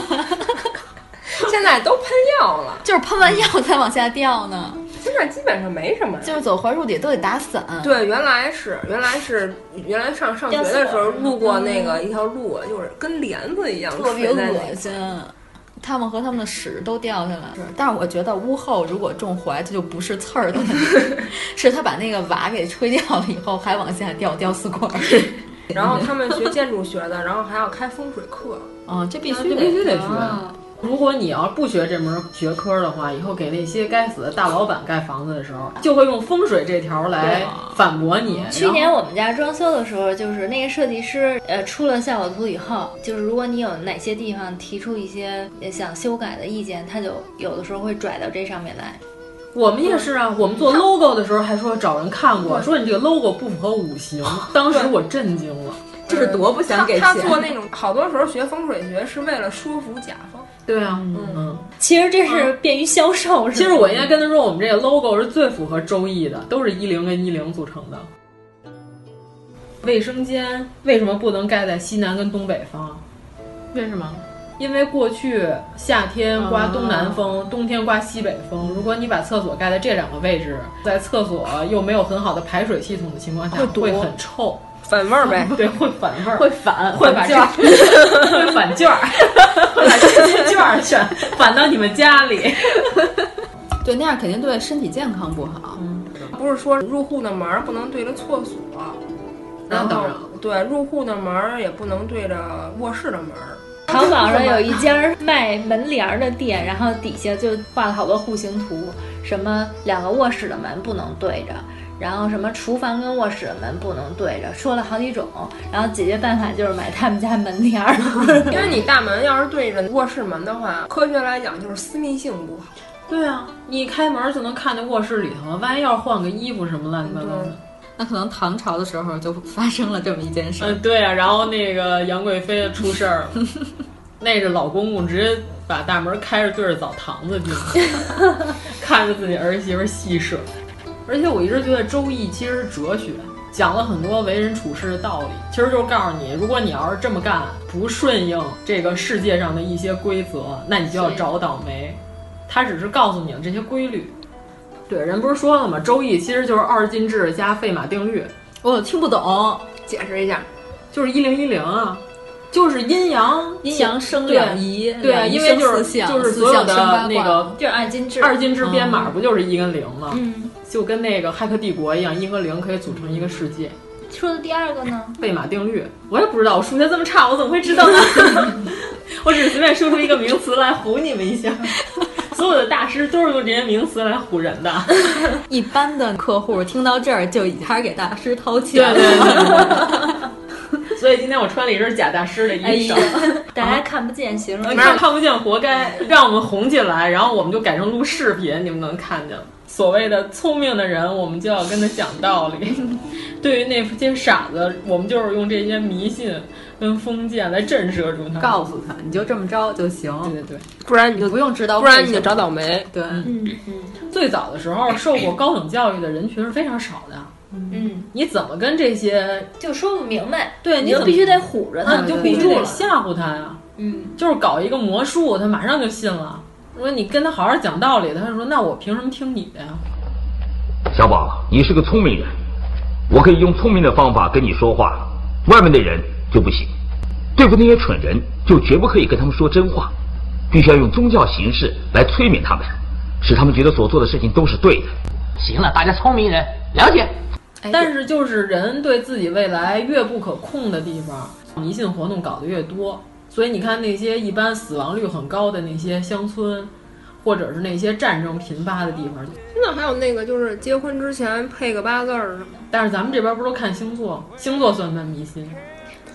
Speaker 1: 现在都喷药了，
Speaker 2: *laughs* 就是喷完药才往下掉呢。
Speaker 1: 现在基本上没什么呀。
Speaker 2: 就是走槐树底都得打伞。
Speaker 1: 对，原来是原来是原来上上学的时候路过那个一条路，就是跟帘子一样
Speaker 2: 特别
Speaker 1: 垂在那
Speaker 2: 恶心。他们和他们的屎都掉下来了，但是我觉得屋后如果种槐，这就不是刺儿的问
Speaker 3: *laughs*
Speaker 2: 题，是他把那个瓦给吹掉了以后，还往下掉，掉四块儿。
Speaker 3: *laughs*
Speaker 1: 然后他们学建筑学的，然后还要开风水课。
Speaker 2: 啊，这必
Speaker 3: 啊
Speaker 2: 须
Speaker 3: 这
Speaker 2: 得
Speaker 3: 必须得学
Speaker 2: 啊
Speaker 3: 如果你要不学这门学科的话，以后给那些该死的大老板盖房子的时候，就会用风水这条来反驳你。
Speaker 4: 去
Speaker 3: 然
Speaker 4: 年
Speaker 3: 后
Speaker 4: 我们家装修的时候，就是那个设计师，呃，出了效果图以后，就是如果你有哪些地方提出一些呃想修改的意见，他就有的时候会拽到这上面来。
Speaker 3: 我们也是啊，我们做 logo 的时候还说找人看过，说你这个 logo 不符合五 *laughs* 行，当时我震惊了，这是多不想
Speaker 1: 他做那种，好多时候学风水学是为了说服甲方。
Speaker 3: 对啊，嗯，
Speaker 4: 其实这是便于销售。
Speaker 3: 其
Speaker 4: *laughs*
Speaker 3: 实我应该跟他说，我们这个 logo 是最符合周易的，都是一零跟一零组成的。卫生间为什么不能盖在西南跟东北方？为什么？因为过去夏天刮东南风，冬天刮西北风，如果你把厕所盖在这两个位置，在厕所又没有很好的排水系统的情况下，会很臭。
Speaker 1: *laughs* 反味儿呗，
Speaker 3: 对，会反味儿，
Speaker 2: 会反，
Speaker 3: 会把这， *laughs* 会反卷儿， *laughs* 会把这些卷儿全反到你们家里。
Speaker 2: 对，那样肯定对身体健康不好。嗯，
Speaker 1: 不是说入户的门儿不能对着厕所，
Speaker 3: 那当然。
Speaker 1: 对，入户的门儿也不能对着卧室的门儿。
Speaker 4: 淘宝上有一家卖门帘儿的店，然后底下就画了好多户型图，什么两个卧室的门不能对着。然后什么厨房跟卧室门不能对着，说了好几种，然后解决办法就是买他们家门帘 *laughs* 儿，
Speaker 1: 因为你大门要是对着卧室门的话，科学来讲就是私密性不好。
Speaker 3: 对啊，你开门就能看见卧室里头，万一要是换个衣服什么乱七八糟的。
Speaker 2: 那可能唐朝的时候就发生了这么一件事。
Speaker 3: 嗯，对啊，然后那个杨贵妃出事儿， *laughs* 那个老公公直接把大门开着对着澡堂子进去，看着自己儿媳妇戏水。而且我一直觉得《周易》其实是哲学，讲了很多为人处事的道理，其实就是告诉你，如果你要是这么干不顺应这个世界上的一些规则，那你就要找倒霉。它只是告诉你了这些规律。对，人不是说了吗？《周易》其实就是二进制加费马定律。
Speaker 2: 我、哦、听不懂，
Speaker 1: 解释一下，
Speaker 3: 就是一零一零啊。就是阴阳
Speaker 2: 阴阳生两仪，
Speaker 3: 对，对因为就是就是所有的那个
Speaker 4: 就是二进制，
Speaker 3: 二进制编码不就是一跟零吗？嗯，就跟那个骇客帝国一样，一和零可以组成一个世界。
Speaker 4: 说的第二个呢？
Speaker 3: 贝马定律，我也不知道，我数学这么差，我怎么会知道呢？ *laughs* 我只是随便说出一个名词来唬你们一下。所有的大师都是用这些名词来唬人的。
Speaker 2: 一般的客户听到这儿就已经开始给大师掏钱了。
Speaker 3: 对对对所以今天我穿了一身假大师的衣
Speaker 2: *laughs*
Speaker 3: 裳，
Speaker 4: 哎、大家看不见，形容、
Speaker 3: 啊、看不见，活该。让我们红起来，然后我们就改成录视频，你们能看见。所谓的聪明的人，我们就要跟他讲道理； *laughs* 对于那些傻子，我们就是用这些迷信跟封建来震慑住他，
Speaker 2: 告诉他你就这么着就行。
Speaker 3: 对对对，
Speaker 1: 不然你
Speaker 2: 就不用知道，
Speaker 1: 不然你就找倒霉。
Speaker 2: 对，嗯
Speaker 3: 嗯。最早的时候，受过高等教育的人群是非常少的。
Speaker 4: 嗯，
Speaker 3: 你怎么跟这些
Speaker 4: 就说不明白？
Speaker 3: 对，
Speaker 4: 你就必须得唬着他，
Speaker 3: 啊你就必须得吓唬他呀。
Speaker 4: 嗯，
Speaker 3: 就是搞一个魔术，他马上就信了。如果你跟他好好讲道理，他就说：“那我凭什么听你的呀？”
Speaker 12: 小宝，你是个聪明人，我可以用聪明的方法跟你说话，外面的人就不行。对付那些蠢人，就绝不可以跟他们说真话，必须要用宗教形式来催眠他们，使他们觉得所做的事情都是对的。
Speaker 13: 行了，大家聪明人了解。
Speaker 3: 但是就是人对自己未来越不可控的地方，迷信活动搞得越多，所以你看那些一般死亡率很高的那些乡村，或者是那些战争频发的地方，
Speaker 1: 真的还有那个就是结婚之前配个八字儿什么。
Speaker 3: 但是咱们这边不都看星座，星座算不算迷信？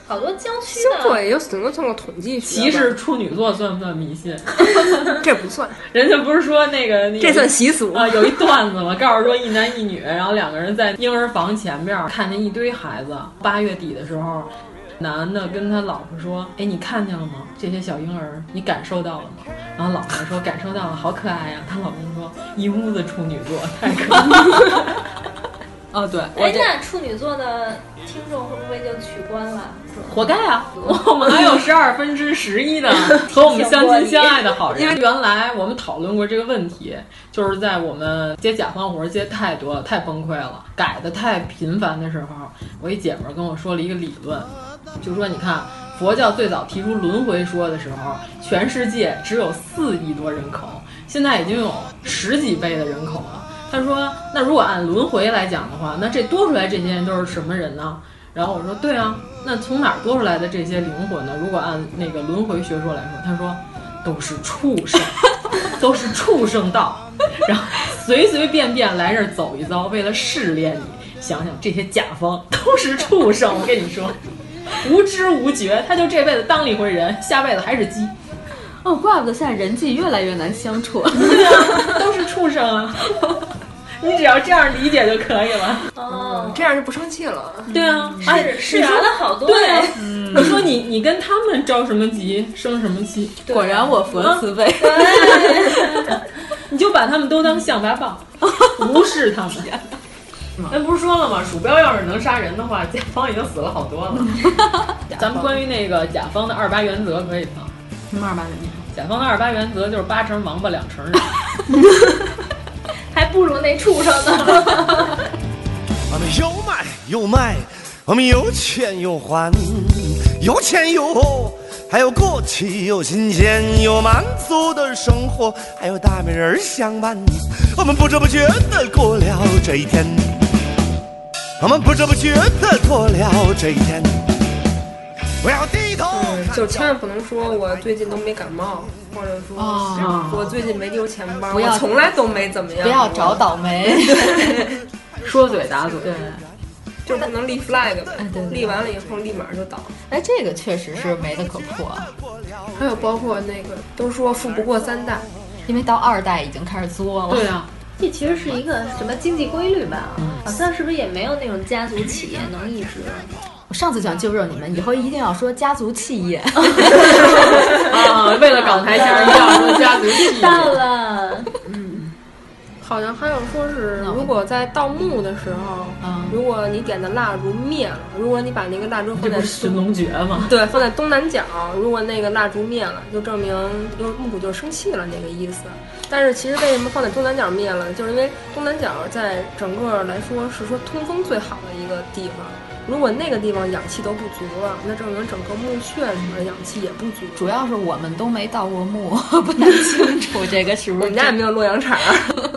Speaker 4: 好多郊区哎
Speaker 1: 星座也有很多通过统计学。
Speaker 3: 歧视处女座算不算迷信？
Speaker 1: 这不算。
Speaker 3: 人家不是说那个
Speaker 1: 这算习俗
Speaker 3: 啊、呃？有一段子嘛，告诉说一男一女，然后两个人在婴儿房前面看见一堆孩子。八月底的时候，男的跟他老婆说：“哎，你看见了吗？这些小婴儿，你感受到了吗？”然后老婆说：“感受到了，好可爱呀、啊。”她老公说：“一屋子处女座，太可爱了。” *laughs* 哦，对，
Speaker 4: 哎，那处女座的听众会不会就取关了？
Speaker 3: 活该啊！ *laughs* 我们还有十二分之十一 *laughs* 呢，和我们相亲相爱的好人。因为原来我们讨论过这个问题，就是在我们接甲方活接太多了，太崩溃了，改的太频繁的时候，我一姐们跟我说了一个理论，就说你看佛教最早提出轮回说的时候，全世界只有四亿多人口，现在已经有十几倍的人口了。他说，那如果按轮回来讲的话，那这多出来这些人都是什么人呢？然后我说对啊，那从哪儿多出来的这些灵魂呢？如果按那个轮回学说来说，他说都是畜生， *laughs* 都是畜生道，然后随随便便来这儿走一遭，为了试炼你。想想这些甲方都是畜生，我跟你说，无知无觉，他就这辈子当了一回人，下辈子还是 *laughs* 鸡。
Speaker 2: 哦，怪不得现在人际越来越难相处。
Speaker 3: 对啊，都是畜生啊。你只要这样理解就可以了，
Speaker 4: 哦，
Speaker 1: 这样就不生气了。
Speaker 3: 对啊，
Speaker 4: 是是啥了好多。哎
Speaker 3: 对啊，你说你你跟他们着什么急，生什么气？
Speaker 2: *laughs* 果然我佛
Speaker 4: 嗯
Speaker 2: 慈悲，
Speaker 3: 你就把他们都当象拔蚌，无 *laughs* 视他们。咱不是说了吗？鼠标要是能杀人的话， *laughs* 甲方已经死了好多了。咱们关于那个甲方的二八原则可以放。
Speaker 2: 什么二八原则？
Speaker 10: 甲方的二八原则就是八成王八两成人，
Speaker 4: 还不如那畜生呢。
Speaker 14: 我们又买又卖，我们有钱有还，有钱有后，还有过期有新鲜，有满足的生活，还有大美人儿相伴。我们不知不觉的过了这一天，我们不知不觉的过了这一天。我要低头看
Speaker 1: 就千万不能说我最近都没感冒，或者说
Speaker 2: 哦
Speaker 1: 我最近没丢钱包，
Speaker 2: 不要
Speaker 1: 我从来都没怎么样。
Speaker 2: 不要找倒
Speaker 1: *laughs*
Speaker 2: 霉
Speaker 1: 说嘴打嘴，
Speaker 2: 对，
Speaker 1: 就不能立 flag 呗
Speaker 2: 哎对对，对
Speaker 1: 立完了以后立马就倒。
Speaker 2: 哎，这个确实是没得可破啊，
Speaker 1: 还有包括那个都说富不过三代，
Speaker 2: 因为到二代已经开始作了。
Speaker 4: 对啊，这其实是一个什么经济规律吧？好像是不是也没有那种家族企业能一直？
Speaker 2: 我上次想纠正你们，以后一定要说家族企业。
Speaker 3: 啊，为了港台腔，一定要说家族企业。
Speaker 4: 到了，
Speaker 1: 好像还有说是，如果在盗墓的时候，
Speaker 2: 嗯
Speaker 1: 如果你点的蜡烛灭了，如果你把那个蜡烛放
Speaker 3: 这
Speaker 1: 在
Speaker 3: 不是寻龙诀吗？
Speaker 1: 对，放在东南角，如果那个蜡烛灭了，就证明就墓主就生气了那个意思。但是其实为什么放在东南角灭了，就是因为东南角在整个来说是说通风最好的一个地方。如果那个地方氧气都不足了，那证明整个墓穴里面氧气也不足。
Speaker 2: 主要是我们都没盗过墓， *laughs* 不太清楚这个是不是。
Speaker 1: 我们家也没有洛阳铲。啊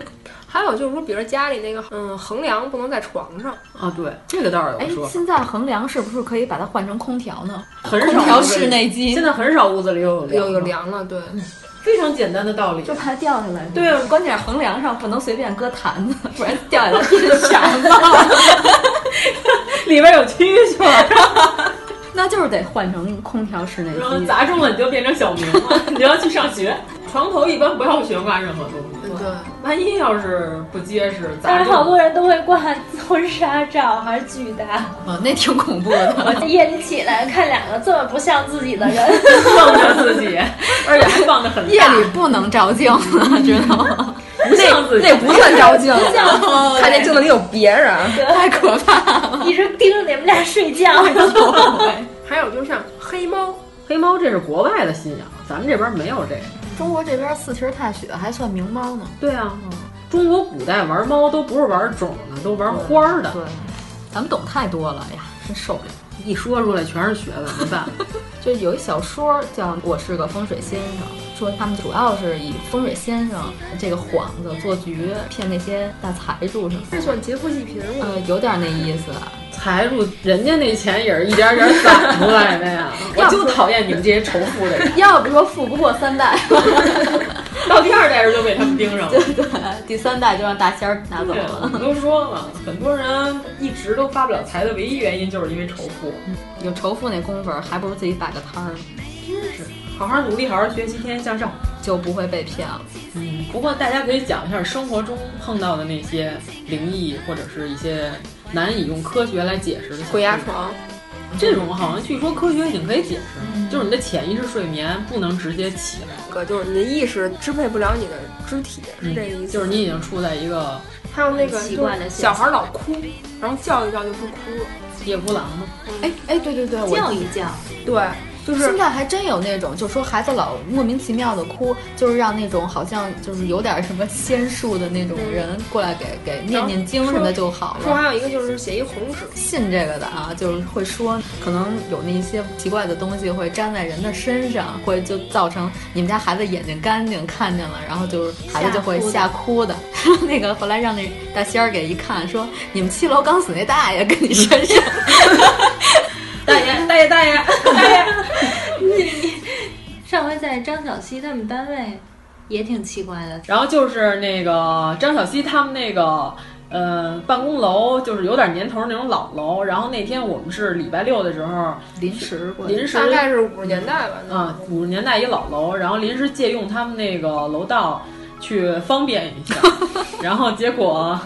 Speaker 2: *laughs*
Speaker 1: 还有就是说，比如家里那个嗯横梁不能在床上，
Speaker 3: 啊，对，这个倒是
Speaker 2: 哎
Speaker 3: 有，说。
Speaker 2: 现在横梁是不是可以把它换成空调呢？
Speaker 3: 很
Speaker 2: 哎空
Speaker 3: 少
Speaker 2: 调
Speaker 3: 屋子里
Speaker 2: 室内机，
Speaker 3: 现在很少屋子里有
Speaker 2: 有有 *laughs*
Speaker 1: 凉了，对，
Speaker 3: 非常简单的道理。
Speaker 2: 就怕掉下来。对，关键是横梁上不能随便搁坛子，不然掉
Speaker 3: *laughs*
Speaker 2: 下来是闪了，
Speaker 3: *laughs* 里边有蛐
Speaker 2: 蛐。 *laughs* 那就是得换成空调室内
Speaker 3: 然后
Speaker 2: 机。
Speaker 3: 砸中了你就变成小明 *laughs* 了，你就要去上学。床头一般不要悬挂任何东西，
Speaker 1: 对，
Speaker 3: 万一要是不结实
Speaker 4: 但
Speaker 3: 砸
Speaker 4: 是
Speaker 3: 中
Speaker 4: 好
Speaker 3: 了，
Speaker 4: 多人都会挂婚纱照，还是巨大。
Speaker 2: 哦，那挺恐怖 *laughs* 的。
Speaker 4: 夜里起来看两个这么不像自己的
Speaker 3: *laughs*
Speaker 4: 人，
Speaker 3: 放着自己， *laughs* 而且还放 *laughs* 的很大。
Speaker 2: 夜里不能照镜子，知道吗？
Speaker 3: 不像自己
Speaker 1: 那不算照镜
Speaker 4: 不像自
Speaker 2: *laughs*
Speaker 1: 子，
Speaker 4: 己
Speaker 1: 看见镜子里有别人，
Speaker 2: 太可怕了，
Speaker 4: 一直盯着你们俩睡觉。
Speaker 3: *laughs*
Speaker 1: 还有就是像黑猫，
Speaker 3: 黑猫这是国外的信仰，咱们这边没有这个。
Speaker 2: 中国这边四蹄踏雪还算名猫呢。
Speaker 3: 对啊，中国古代玩猫都不是玩种的，都玩花儿的。
Speaker 2: 对，咱们懂太多了，哎呀，真受不了。
Speaker 3: 一说出来全是学问，没办 *laughs* 法。
Speaker 2: 就有一小说叫《我是个风水先生》，说他们主要是以风水先生这个幌子做局，骗那些大财主什么的。
Speaker 1: 这算劫富济贫吗？
Speaker 2: 呃，有点那意思。
Speaker 3: 财主人家那钱也是一点点攒出来的呀。我就讨厌你们这些仇富的人，
Speaker 2: 要不说富不过三代， *laughs*
Speaker 3: 到第二代时候就被他们盯上了。
Speaker 2: 对，第三代就让大仙儿拿走
Speaker 3: 对，我
Speaker 2: 了。
Speaker 3: 们都说了，很多人一直都发不了财的唯一原因就是因为仇富。
Speaker 2: 有仇富那功夫儿，还不如自己摆个摊儿呢，
Speaker 3: 真是，好好努力，好好学习，天天向上。
Speaker 2: 就不会被骗了。
Speaker 3: 嗯，不过大家可以讲一下生活中碰到的那些灵异或者是一些难以用科学来解释的
Speaker 1: 鬼压床，
Speaker 3: 这种好像据说科学已经可以解释了，就是你的潜意识睡眠不能直接起来，
Speaker 1: 这个就是你的意识支配不了你的肢体，是这个意思。
Speaker 3: 嗯就是你已经处在一个
Speaker 1: 还有那个
Speaker 3: 奇怪的
Speaker 1: 就是
Speaker 3: 现
Speaker 1: 小
Speaker 3: 象
Speaker 1: 孩老哭，然后叫一叫就不哭了。
Speaker 3: 夜哭狼嘛。
Speaker 2: 哎哎，对对对，我
Speaker 4: 叫一叫，
Speaker 1: 对，就是
Speaker 2: 现在还真有那种，就说孩子老莫名其妙的哭，就是让那种好像就是有点什么仙术的那种人过来给给念念经什么的就好
Speaker 1: 说
Speaker 2: 了。
Speaker 1: 还有一个就是写一红纸，
Speaker 2: 信这个的啊，就是会说，可能有那些奇怪的东西会粘在人的身上，会就造成你们家孩子眼睛干净看见了，然后就是孩子就会吓哭的。那个后来让那大仙儿给一看，说你们七楼刚死那大爷跟你身上，
Speaker 3: 大爷大爷大爷大爷，
Speaker 4: 上回在张小西他们单位也挺奇怪的，
Speaker 3: 然后就是那个张小西他们那个。呃，办公楼就是有点年头那种老楼。然后那天我们是礼拜六的时候
Speaker 2: 临时过
Speaker 1: 来
Speaker 3: 临时
Speaker 1: 大概是五十年代吧那
Speaker 3: 啊，五十年代一老楼，然后临时借用他们那个楼道去方便一
Speaker 2: *laughs*
Speaker 3: 下，然后结果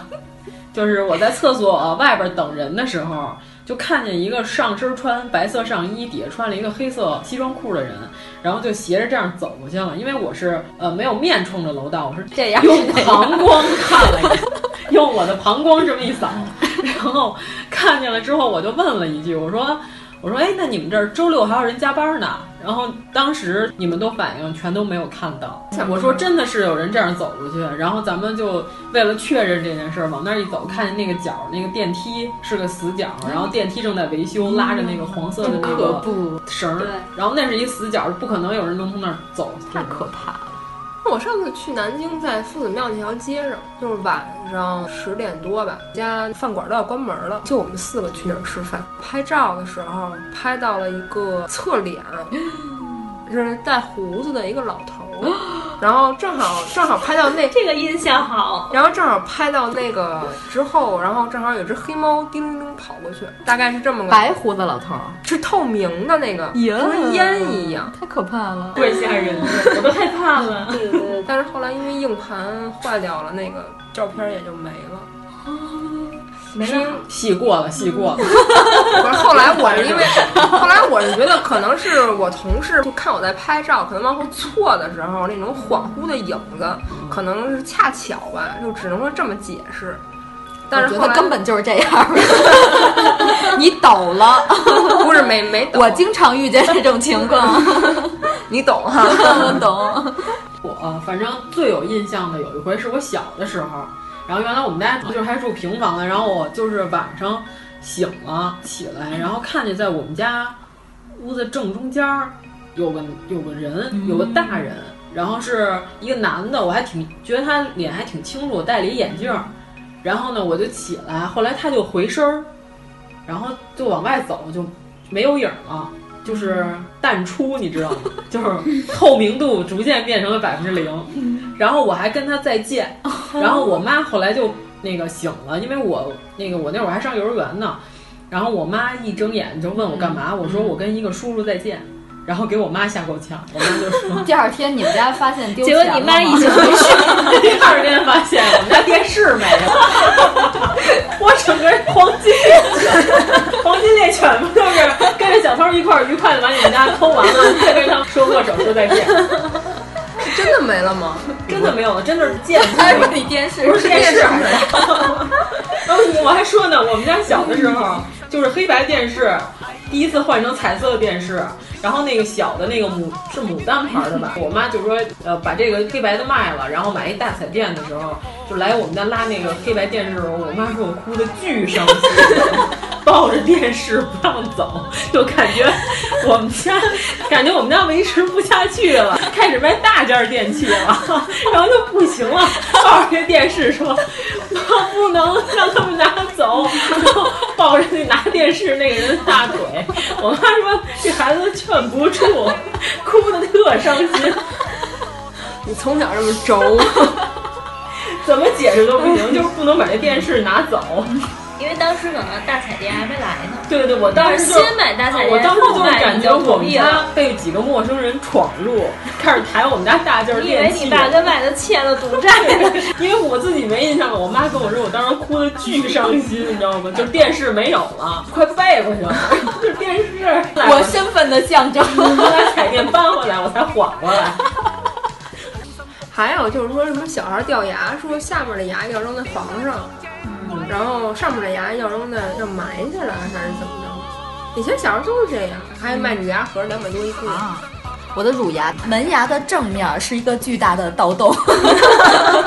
Speaker 3: 就是我在厕所啊外边等人的时候，就看见一个上身穿白色上衣，底下穿了一个黑色西装裤的人，然后就斜着这样走过去了。因为我是呃没有面冲着楼道，我是
Speaker 2: 这样
Speaker 3: 用膀胱看了一
Speaker 2: *laughs*
Speaker 3: 眼，用我的膀胱这么一扫，然后看见了之后我就问了一句，我说。我说，哎，那你们这儿周六还有人加班呢？然后当时你们都反应全都没有看到。我说真的是有人这样走出去，然后咱们就为了确认这件事儿，往那儿一走，看见那个角儿那个电梯是个死角，然后电梯正在维修，拉着那个黄色的那
Speaker 15: 可
Speaker 3: 个绳儿，然后那是一死角，不可能有人能从那儿走，太可
Speaker 2: 怕了。
Speaker 1: 我上次去南京，在夫子庙那条街上，就是晚上十点多吧，家饭馆都要关门了，就我们四个去那儿吃饭。拍照的时候拍到了一个侧脸，是带胡子的一个老头
Speaker 2: *gasps*
Speaker 1: 儿，然后正好正好拍到那
Speaker 4: 这个印象好，
Speaker 1: 然后正好拍到那个之后，然后正好有只黑猫叮铃铃跑过去，大概是这么个
Speaker 2: 白胡子老头儿，
Speaker 1: 是透明的那个，
Speaker 2: 呀
Speaker 1: 跟烟一样，
Speaker 2: 太可怕了，
Speaker 3: *laughs* 怪吓人的，我都害怕 *laughs* 了。
Speaker 1: 对对对，但是后来因为硬盘坏掉了，那个照片也就没了。
Speaker 3: 没洗过了，洗过了。
Speaker 1: 不是，后来我是因 *laughs* 为，后来我是觉得可能是我同事就看我在拍照，可能往后错的时候那种恍惚的影子，可能是恰巧吧，就只能说这么解释。但是
Speaker 2: 我觉
Speaker 1: 后来
Speaker 2: 得根本就是这样， *laughs* 你抖了，
Speaker 1: 不是没没抖，
Speaker 2: *laughs* 我经常遇见这种
Speaker 4: *laughs*
Speaker 2: 情况，
Speaker 1: 你懂哈，
Speaker 2: 懂。
Speaker 3: 我呃反正最有印象的有一回是我小的时候，然后原来我们家就是还住平房的，然后我就是晚上醒了起来，然后看见在我们家屋子正中间儿有个有个人，有个大人，然后是一个男的，我还挺觉得他脸还挺清楚，戴了一眼镜儿，然后呢我就起来，后来他就回身儿，然后就往外走，就没有影儿了。就是淡出，你知道吗？ *laughs* 就是透明度逐渐变成了百分之零。然后我还跟他再见，然后我妈后来就那个醒了，因为我那个我那会儿还上幼儿园呢。然后我妈一睁眼就问我干嘛，我说我跟一个叔叔再见，然后给我妈吓够呛。我妈就说
Speaker 2: 第二天你们家发现丢
Speaker 4: 结
Speaker 2: 钱
Speaker 4: 果
Speaker 2: 了吗，
Speaker 4: 你妈已
Speaker 2: *laughs*
Speaker 4: 经回去了，
Speaker 3: 第二天发现我们家电视没了， *laughs* 我整个人黄金猎犬，黄金猎犬不就是跟着小偷一块儿愉快的把你们家偷完了，再跟他们说握手说再见，
Speaker 1: 真的没了 *laughs* 吗？
Speaker 3: 真的没有了，真的是见 *laughs*
Speaker 2: 还是你电视
Speaker 3: 不是电视。 *laughs* 然后我还说呢，我们家小的时候就是黑白电视，第一次换成彩色的电视，然后那个小的那个牡是牡丹牌的吧，我妈就说呃把这个黑白的卖了，然后买一大彩电的时候，就来我们家拉那个黑白电视的时候，我妈说我哭的巨伤心。 *laughs* 抱着电视不让走，就感觉 *laughs* 我们家感觉我们家维持不下去了， *laughs* 开始卖大件儿电器了， *laughs* 然后就不行了， *laughs* 抱着这电视说：“ *laughs* 妈，不能让他们拿走。”然后抱着那拿电视那个人的大腿， *laughs* 我妈说：“这孩子劝不住， *laughs* 哭的特伤心。”
Speaker 1: *laughs*
Speaker 3: *laughs*
Speaker 1: 你从小这么轴，
Speaker 3: 怎么解释都
Speaker 4: *laughs*
Speaker 3: 不行，就是不能把这电视拿走。
Speaker 4: 因为当时可能大彩电还没来呢。
Speaker 3: 对对对，我当时就
Speaker 4: 先买大彩电
Speaker 3: 我当时就是感觉我
Speaker 4: 后买你就
Speaker 3: 们
Speaker 4: 同意
Speaker 3: 家
Speaker 4: 了
Speaker 3: 被几个陌生人闯入，开始抬我们家大件儿
Speaker 4: 你以为
Speaker 3: 电器。
Speaker 4: 你爸跟外头欠了赌债？
Speaker 3: *laughs* 因为我自己没印象了，我妈跟我说，我当时哭的巨伤心，你知道吗？就是电视没有了，快背过去了， *laughs* 就是电视。
Speaker 2: *laughs* 我身份的象征。
Speaker 3: 我把彩电搬回来，我才缓过来。
Speaker 1: 还有就是说什么小孩掉牙，说下面的牙要扔在房上，然后上面的牙要扔在要埋起来，还是怎么着？以前小时候都是这样，还有卖乳牙盒两百多一个。
Speaker 2: 我的乳牙门牙的正面是一个巨大的盗洞，
Speaker 3: *laughs*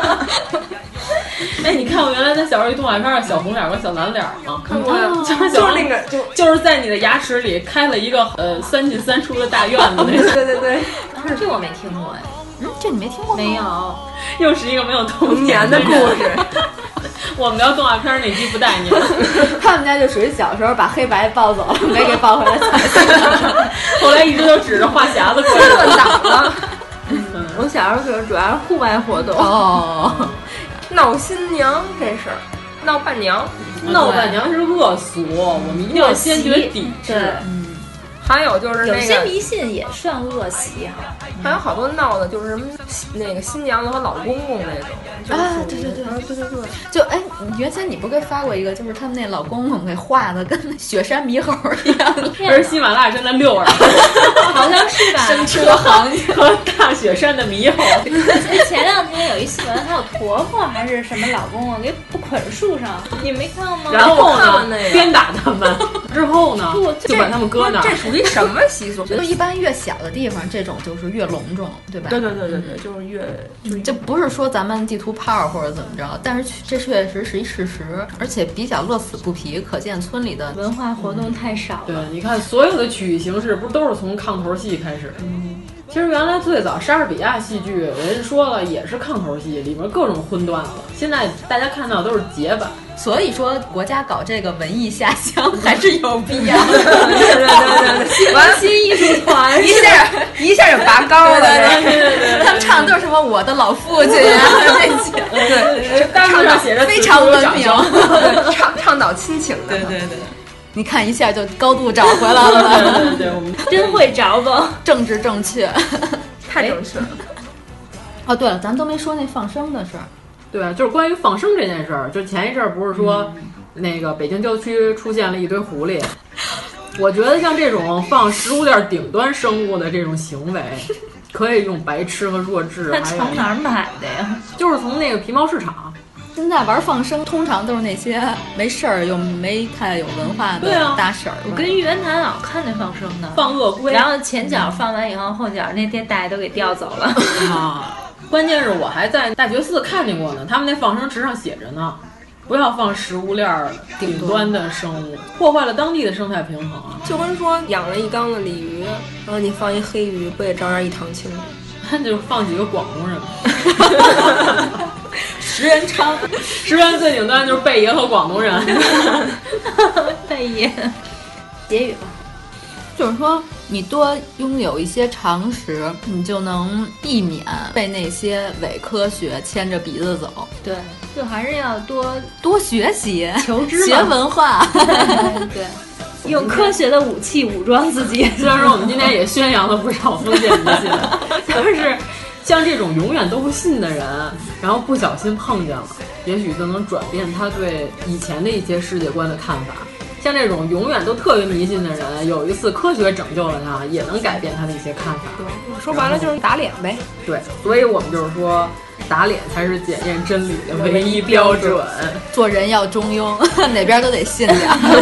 Speaker 3: 哎，你看过原来咱小时候一动画片儿《小红脸儿和小蓝脸儿》吗？啊
Speaker 1: 看过呀
Speaker 3: 就是
Speaker 1: 就是那
Speaker 3: 个，就就是在你的牙齿里开了一个呃三进三出的大院子那种。
Speaker 1: 对对对，
Speaker 4: 这我没听过哎。
Speaker 2: 嗯，这你没听过
Speaker 4: 没有，
Speaker 3: 又是一个没有童年
Speaker 1: 的故
Speaker 3: 事。 *laughs* 我们聊动画片儿那集不带你了，
Speaker 2: *laughs* 他们家就属于小时候把黑白抱走了，没给抱回
Speaker 3: *laughs*
Speaker 2: 来。
Speaker 3: 后来一直都指着话匣子过
Speaker 2: 这
Speaker 3: 来。
Speaker 2: 么早了？
Speaker 16: 我小时候就是主要是户外活动，
Speaker 2: 哦，
Speaker 1: 闹新娘这事儿，闹伴娘，
Speaker 3: 闹伴娘是恶俗，我们一定要坚决抵制。
Speaker 1: 对还有就是那
Speaker 4: 有
Speaker 1: 个
Speaker 4: 些迷信也算恶习哈。
Speaker 1: 还有好多闹的，就是什么那个新娘子和老公公那种，
Speaker 4: 啊，对对对对对对，就哎，原先你不是给发过一个，就是他们那老公公给画的跟那雪山猕猴一样，
Speaker 17: 而喜马拉雅山的
Speaker 3: *laughs*
Speaker 17: 六耳，
Speaker 4: 好像是吧？
Speaker 17: 生吃了和大雪山的猕
Speaker 2: *laughs*
Speaker 17: 猴。
Speaker 2: 前两天有一新闻，还有婆婆还是什么老公啊，给捆树上，你没看过吗？
Speaker 17: 然后呢，鞭打他们，之后呢，就把他们搁那儿。
Speaker 1: 这 *laughs* 属于什么习俗？
Speaker 4: 就一般越小的地方，这种就是越隆重，对吧？
Speaker 1: 对对对对对，就是越就
Speaker 4: 嗯这不是说咱们地图炮或者怎么着，但是这确实是一事实，而且比较乐此不疲，可见村里的
Speaker 2: 文化活动太少了。
Speaker 3: 对，你看所有的曲艺形式，不是都是从炕头戏开始的吗？其实原来最早莎士比亚戏剧，人家说了也是炕头戏，里面各种荤段子。现在大家看到都是结版，
Speaker 4: 所以说国家搞这个文艺下乡 *laughs* 还是有必要的。
Speaker 1: 对对对对，
Speaker 4: 完新艺术 *laughs* 团
Speaker 1: 一下一下就拔高了。 *laughs*
Speaker 4: 对对对，他们唱的都是什么我的老父 *laughs* 亲啊这些，
Speaker 3: *laughs*
Speaker 1: 对，
Speaker 17: 唱
Speaker 1: 的
Speaker 17: 写着
Speaker 4: 非常文明，
Speaker 1: 倡倡导亲情
Speaker 17: 的。对对对。
Speaker 4: *laughs* 你看一下就高度找回来 *laughs* 了，
Speaker 17: 对对对，我们
Speaker 2: 真会找吧，
Speaker 4: 政治正确，
Speaker 1: 太正确了。
Speaker 4: 哦，对了，咱都没说那放生的事儿。
Speaker 3: *laughs* 对，啊就是关于放生这件事儿，就前一阵儿不是说、嗯、那个北京郊区出现了一堆狐狸，我觉得像这种放食物链顶端生物的这种行为。可以用白痴和弱智，
Speaker 2: 那从哪儿买的呀？
Speaker 3: 就是从那个皮毛市场。
Speaker 4: 现在玩放生，通常都是那些没事儿又没太有文化的大婶儿、
Speaker 2: 啊。我跟玉渊潭老看那放生的，
Speaker 17: 放鳄龟，
Speaker 2: 然后前脚放完以后，后脚那些大爷都给调走了。
Speaker 3: 啊！关键是我还在大觉寺看见过呢，他们那放生池上写着呢，不要放食物链顶端的生物，破坏了当地的生态平衡 *laughs* 啊！
Speaker 1: 就跟说养了一缸子鲤鱼，然后你放一黑鱼，不也照样一塘清？
Speaker 3: 那就放几个广
Speaker 17: *laughs*
Speaker 3: 东人。 *laughs*
Speaker 4: 十元昌，
Speaker 3: 十元最顶端就是贝爷和广东人。
Speaker 2: 贝爷，结语吧，
Speaker 4: 就是说你多拥有一些常识，你就能避免被那些伪科学牵着鼻子走。
Speaker 2: 对，就还是要多
Speaker 4: 多学习，
Speaker 2: 求知，
Speaker 4: 学文化。
Speaker 2: *laughs* 对。用科学的武器武装自己。
Speaker 3: *laughs* 虽然说我们今天也宣扬了不少封建迷信，但是像这种永远都不信的人，然后不小心碰见了，也许就能转变他对以前的一些世界观的看法。像这种永远都特别迷信的人，有一次科学拯救了他，也能改变他的一些看法。
Speaker 1: 对，说白了就是打脸呗。
Speaker 3: 对，所以我们就是说。打脸才是检验真理的唯一标准。
Speaker 4: 做人要中庸，哪边都得信点。
Speaker 2: 啪啪！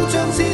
Speaker 14: 情有。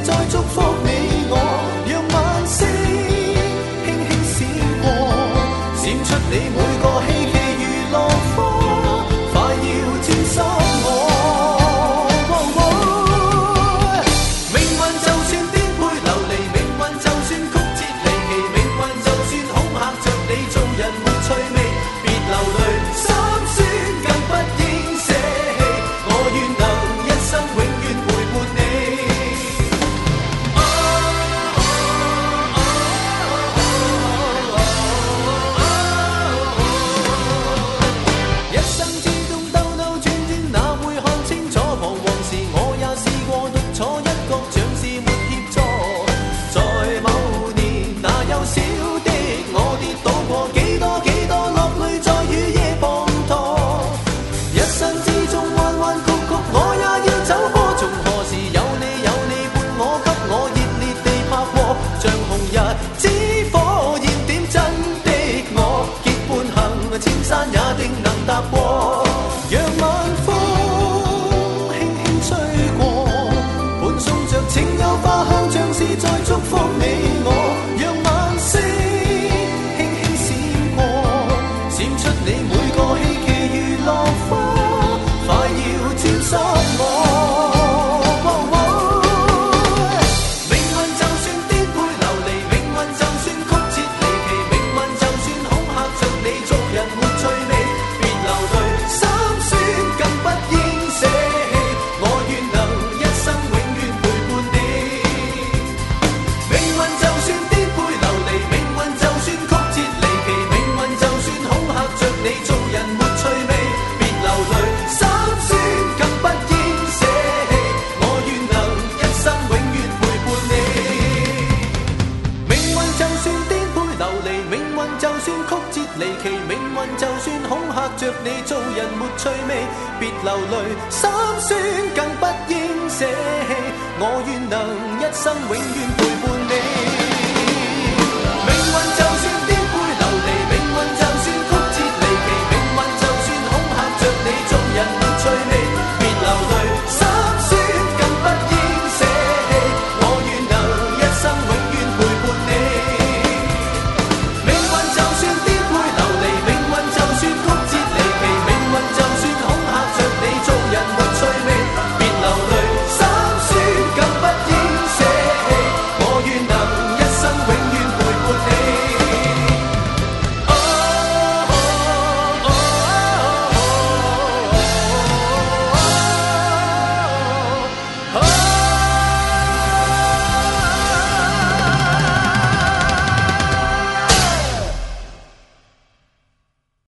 Speaker 14: 运就算恐吓着你，做人没趣味，别流泪，心酸更不应舍弃。我愿能一生永远陪伴。